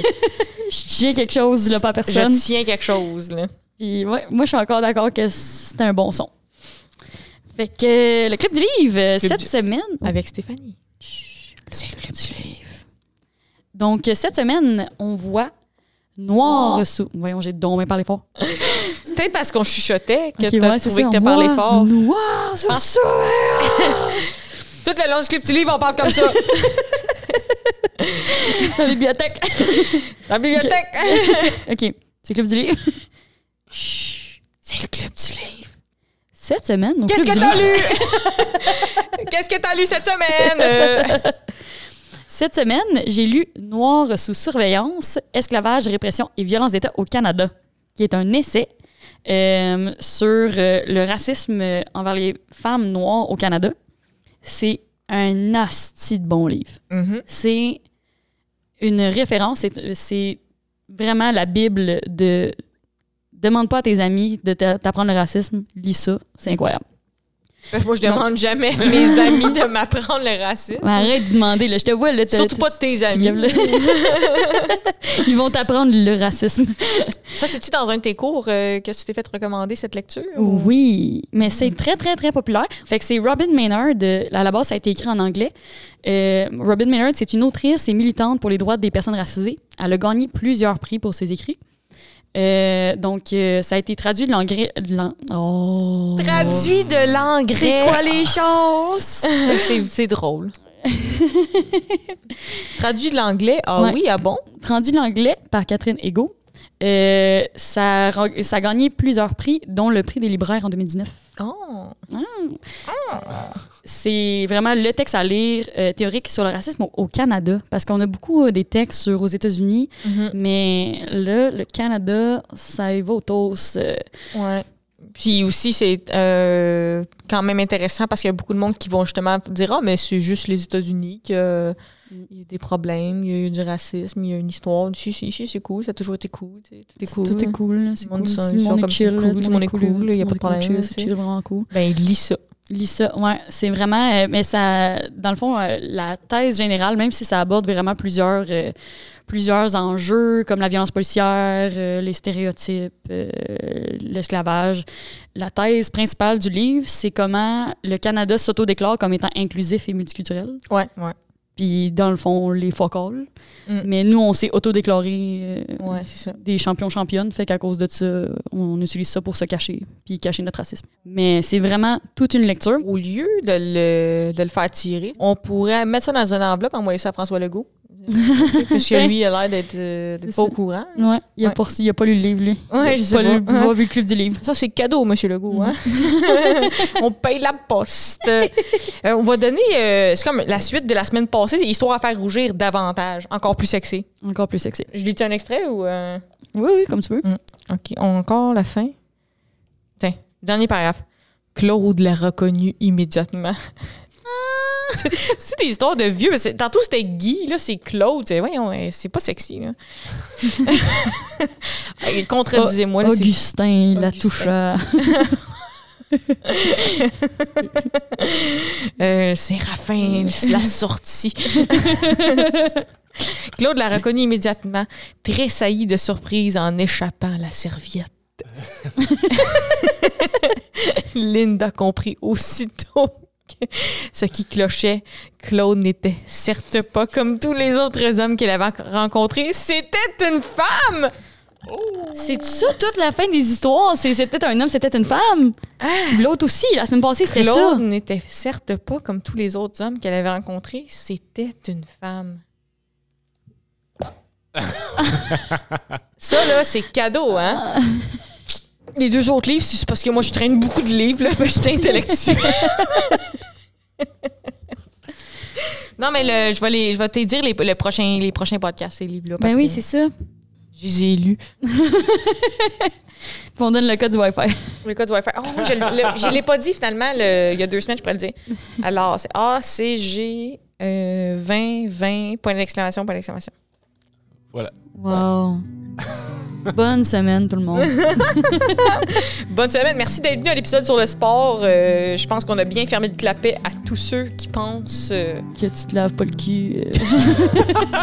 B: J'ai quelque chose, là, pas à personne.
A: Je tiens quelque chose, là.
B: Puis ouais, moi, je suis encore d'accord que c'est un bon son. Fait que euh, le clip du livre, euh,
A: Clip
B: cette
A: du-
B: semaine.
A: Avec Stéphanie.
B: C'est le clip du livre. Donc, euh, cette semaine, on voit Noir
A: Oh.
B: sous. Voyons, j'ai donc bien parlé fort.
A: C'est peut-être parce qu'on chuchotait que
B: Ok,
A: t'as
B: ouais, c'est
A: trouvé
B: ça,
A: que t'as
B: on
A: parlé
B: voit
A: fort. Ah.
B: Noir sous.
A: Tout le long du clip du livre, on parle comme ça.
B: la bibliothèque.
A: Dans la bibliothèque.
B: OK, c'est le clip du livre.
A: C'est le club du livre.
B: Cette semaine, au
A: Qu'est-ce
B: clip
A: que
B: du
A: t'as
B: livre-
A: lu? Qu'est-ce que t'as lu cette semaine? Euh,
B: Cette semaine, j'ai lu Noir sous surveillance, esclavage, répression et violence d'État au Canada, qui est un essai euh, sur euh, le racisme euh, envers les femmes noires au Canada. C'est un asti de bon livre.
A: Mhm.
B: C'est une référence, c'est- c'est vraiment la Bible de demande pas à tes amis de t'a- t'apprendre le racisme, lis ça, c'est incroyable.
A: Ben, Moi, je
B: Non.
A: demande jamais à mes amis de m'apprendre le racisme.
B: Mais arrête d'y demander, là, je te vois. Là, t'as-
A: Surtout
B: t'as-
A: pas de tes
B: t'as-
A: amis.
B: Ils vont t'apprendre le racisme.
A: Ça, c'est-tu dans un de tes cours euh, que tu t'es fait recommander cette lecture? ou-
B: Oui, mais c'est très, très, très populaire. Fait que c'est Robin Maynard, de- à la base, ça a été écrit en anglais. Euh, Robin Maynard, c'est une autrice et militante pour les droits des personnes racisées. Elle a gagné plusieurs prix pour ses écrits. Euh, donc, euh, ça a été traduit de l'anglais. de l'an- Oh.
A: Traduit de l'anglais.
B: C'est quoi les chances?
A: C'est, c'est drôle. Traduit de l'anglais. Ah
B: Ouais.
A: oui, ah bon?
B: Traduit de l'anglais par Catherine Ego. euh, ça, a ra- ça a gagné plusieurs prix, dont le prix des libraires en 2019.
A: Oh.
B: c'est vraiment le texte à lire euh, théorique sur le racisme au, au Canada, parce qu'on a beaucoup euh, des textes sur aux États-Unis,
A: Mhm.
B: mais là, le Canada, ça y va au toast. euh,
A: Ouais. Puis aussi, c'est euh, quand même intéressant parce qu'il y a beaucoup de monde qui vont justement dire Ah, mais c'est juste les États-Unis qu'il y a des problèmes, il y a eu du racisme, il y a une histoire. Si, si, si, c'est cool, ça a toujours été cool. tu sais, Tout est cool.
B: Tout est cool, là, c'est
A: Le monde
B: cool.
A: sont-
B: si
A: ils
B: Le
A: sont
B: monde est
A: comme c'est
B: chill,
A: cool,
B: tout le monde est cool,
A: il y a pas de
B: tout le monde est
A: problème,
B: chill,
A: tu sais.
B: C'est chill, vraiment cool.
A: Ben, il lit ça.
B: Lis ça, ouais, c'est vraiment, euh, mais ça, dans le fond, euh, la thèse générale, même si ça aborde vraiment plusieurs, euh, plusieurs enjeux comme la violence policière, euh, les stéréotypes, euh, l'esclavage, la thèse principale du livre, c'est comment le Canada s'autodéclare comme étant inclusif et multiculturel.
A: Ouais, ouais.
B: Puis dans le fond, les focales.
A: Mm.
B: Mais nous, on s'est autodéclarés euh,
A: Ouais, c'est ça.
B: des champions-championnes. Fait qu'à cause de ça, on utilise ça pour se cacher, puis cacher notre racisme. Mais c'est vraiment toute une lecture.
A: Au lieu de le, de le faire tirer, on pourrait mettre ça dans une enveloppe, envoyer ça à François Legault. Parce que lui, il a l'air d'être euh, d'être
B: C'est
A: pas au
B: ça.
A: courant.
B: Ouais, il a,
A: Ouais.
B: pas reçu- il a pas lu le livre, lui.
A: Ouais, je sais
B: pas. lu-
A: pas. Ouais.
B: pas vu le club du livre.
A: Ça, c'est cadeau, Monsieur Legault. Hein? on paye la poste. Euh, on va donner. euh, c'est comme la suite de la semaine passée, c'est histoire à faire rougir davantage, encore plus sexy.
B: Encore plus sexy.
A: Je lis-tu un extrait ou. euh?
B: Oui, oui, comme tu veux.
A: OK, encore la fin. Tiens, dernier paragraphe. Claude l'a reconnu immédiatement. c'est des histoires de vieux. mais c'est- Tantôt, c'était Guy, là, c'est Claude. C'est, voyons, euh, c'est pas sexy, là. Hey, Contredisez-moi, là,
B: Ah,
A: c'est-
B: Augustin, la touche. à-
A: Euh, Séraphin, la sortie. Claude l'a reconnu immédiatement, tressailli de surprise en échappant la serviette. Linda comprit aussitôt que ce qui clochait. Claude n'était certes pas comme tous les autres hommes qu'il avait rencontrés. C'était une femme!
B: C'est ça toute la fin des histoires. C'est- C'était un homme, c'était une femme. L'autre aussi, la semaine passée, c'était ça.
A: Claude n'était certes pas comme tous les autres hommes qu'elle avait rencontrés. C'était une femme. Ça, là, c'est cadeau, hein? Les deux autres livres, c'est parce que moi, je traîne beaucoup de livres, là, mais je suis intellectuelle. non, mais le- je vais, les, je vais te dire les, le prochain, les prochains podcasts, ces livres-là.
B: Ben oui, c'est ça.
A: Je les ai lus.
B: Puis on donne le code du Wi-Fi.
A: Le code Wi-Fi. Oh, je ne l'ai pas dit finalement le- il y a deux semaines, je pourrais le dire. Alors, c'est ACG euh, 20, 20, point d'exclamation, point d'exclamation.
D: Voilà.
B: Wow. Bonne semaine, tout le monde.
A: Bonne semaine. Merci d'être venu à l'épisode sur le sport. Euh, je pense qu'on a bien fermé le clapet à tous ceux qui pensent. euh,
B: que tu te laves pas le cul. euh.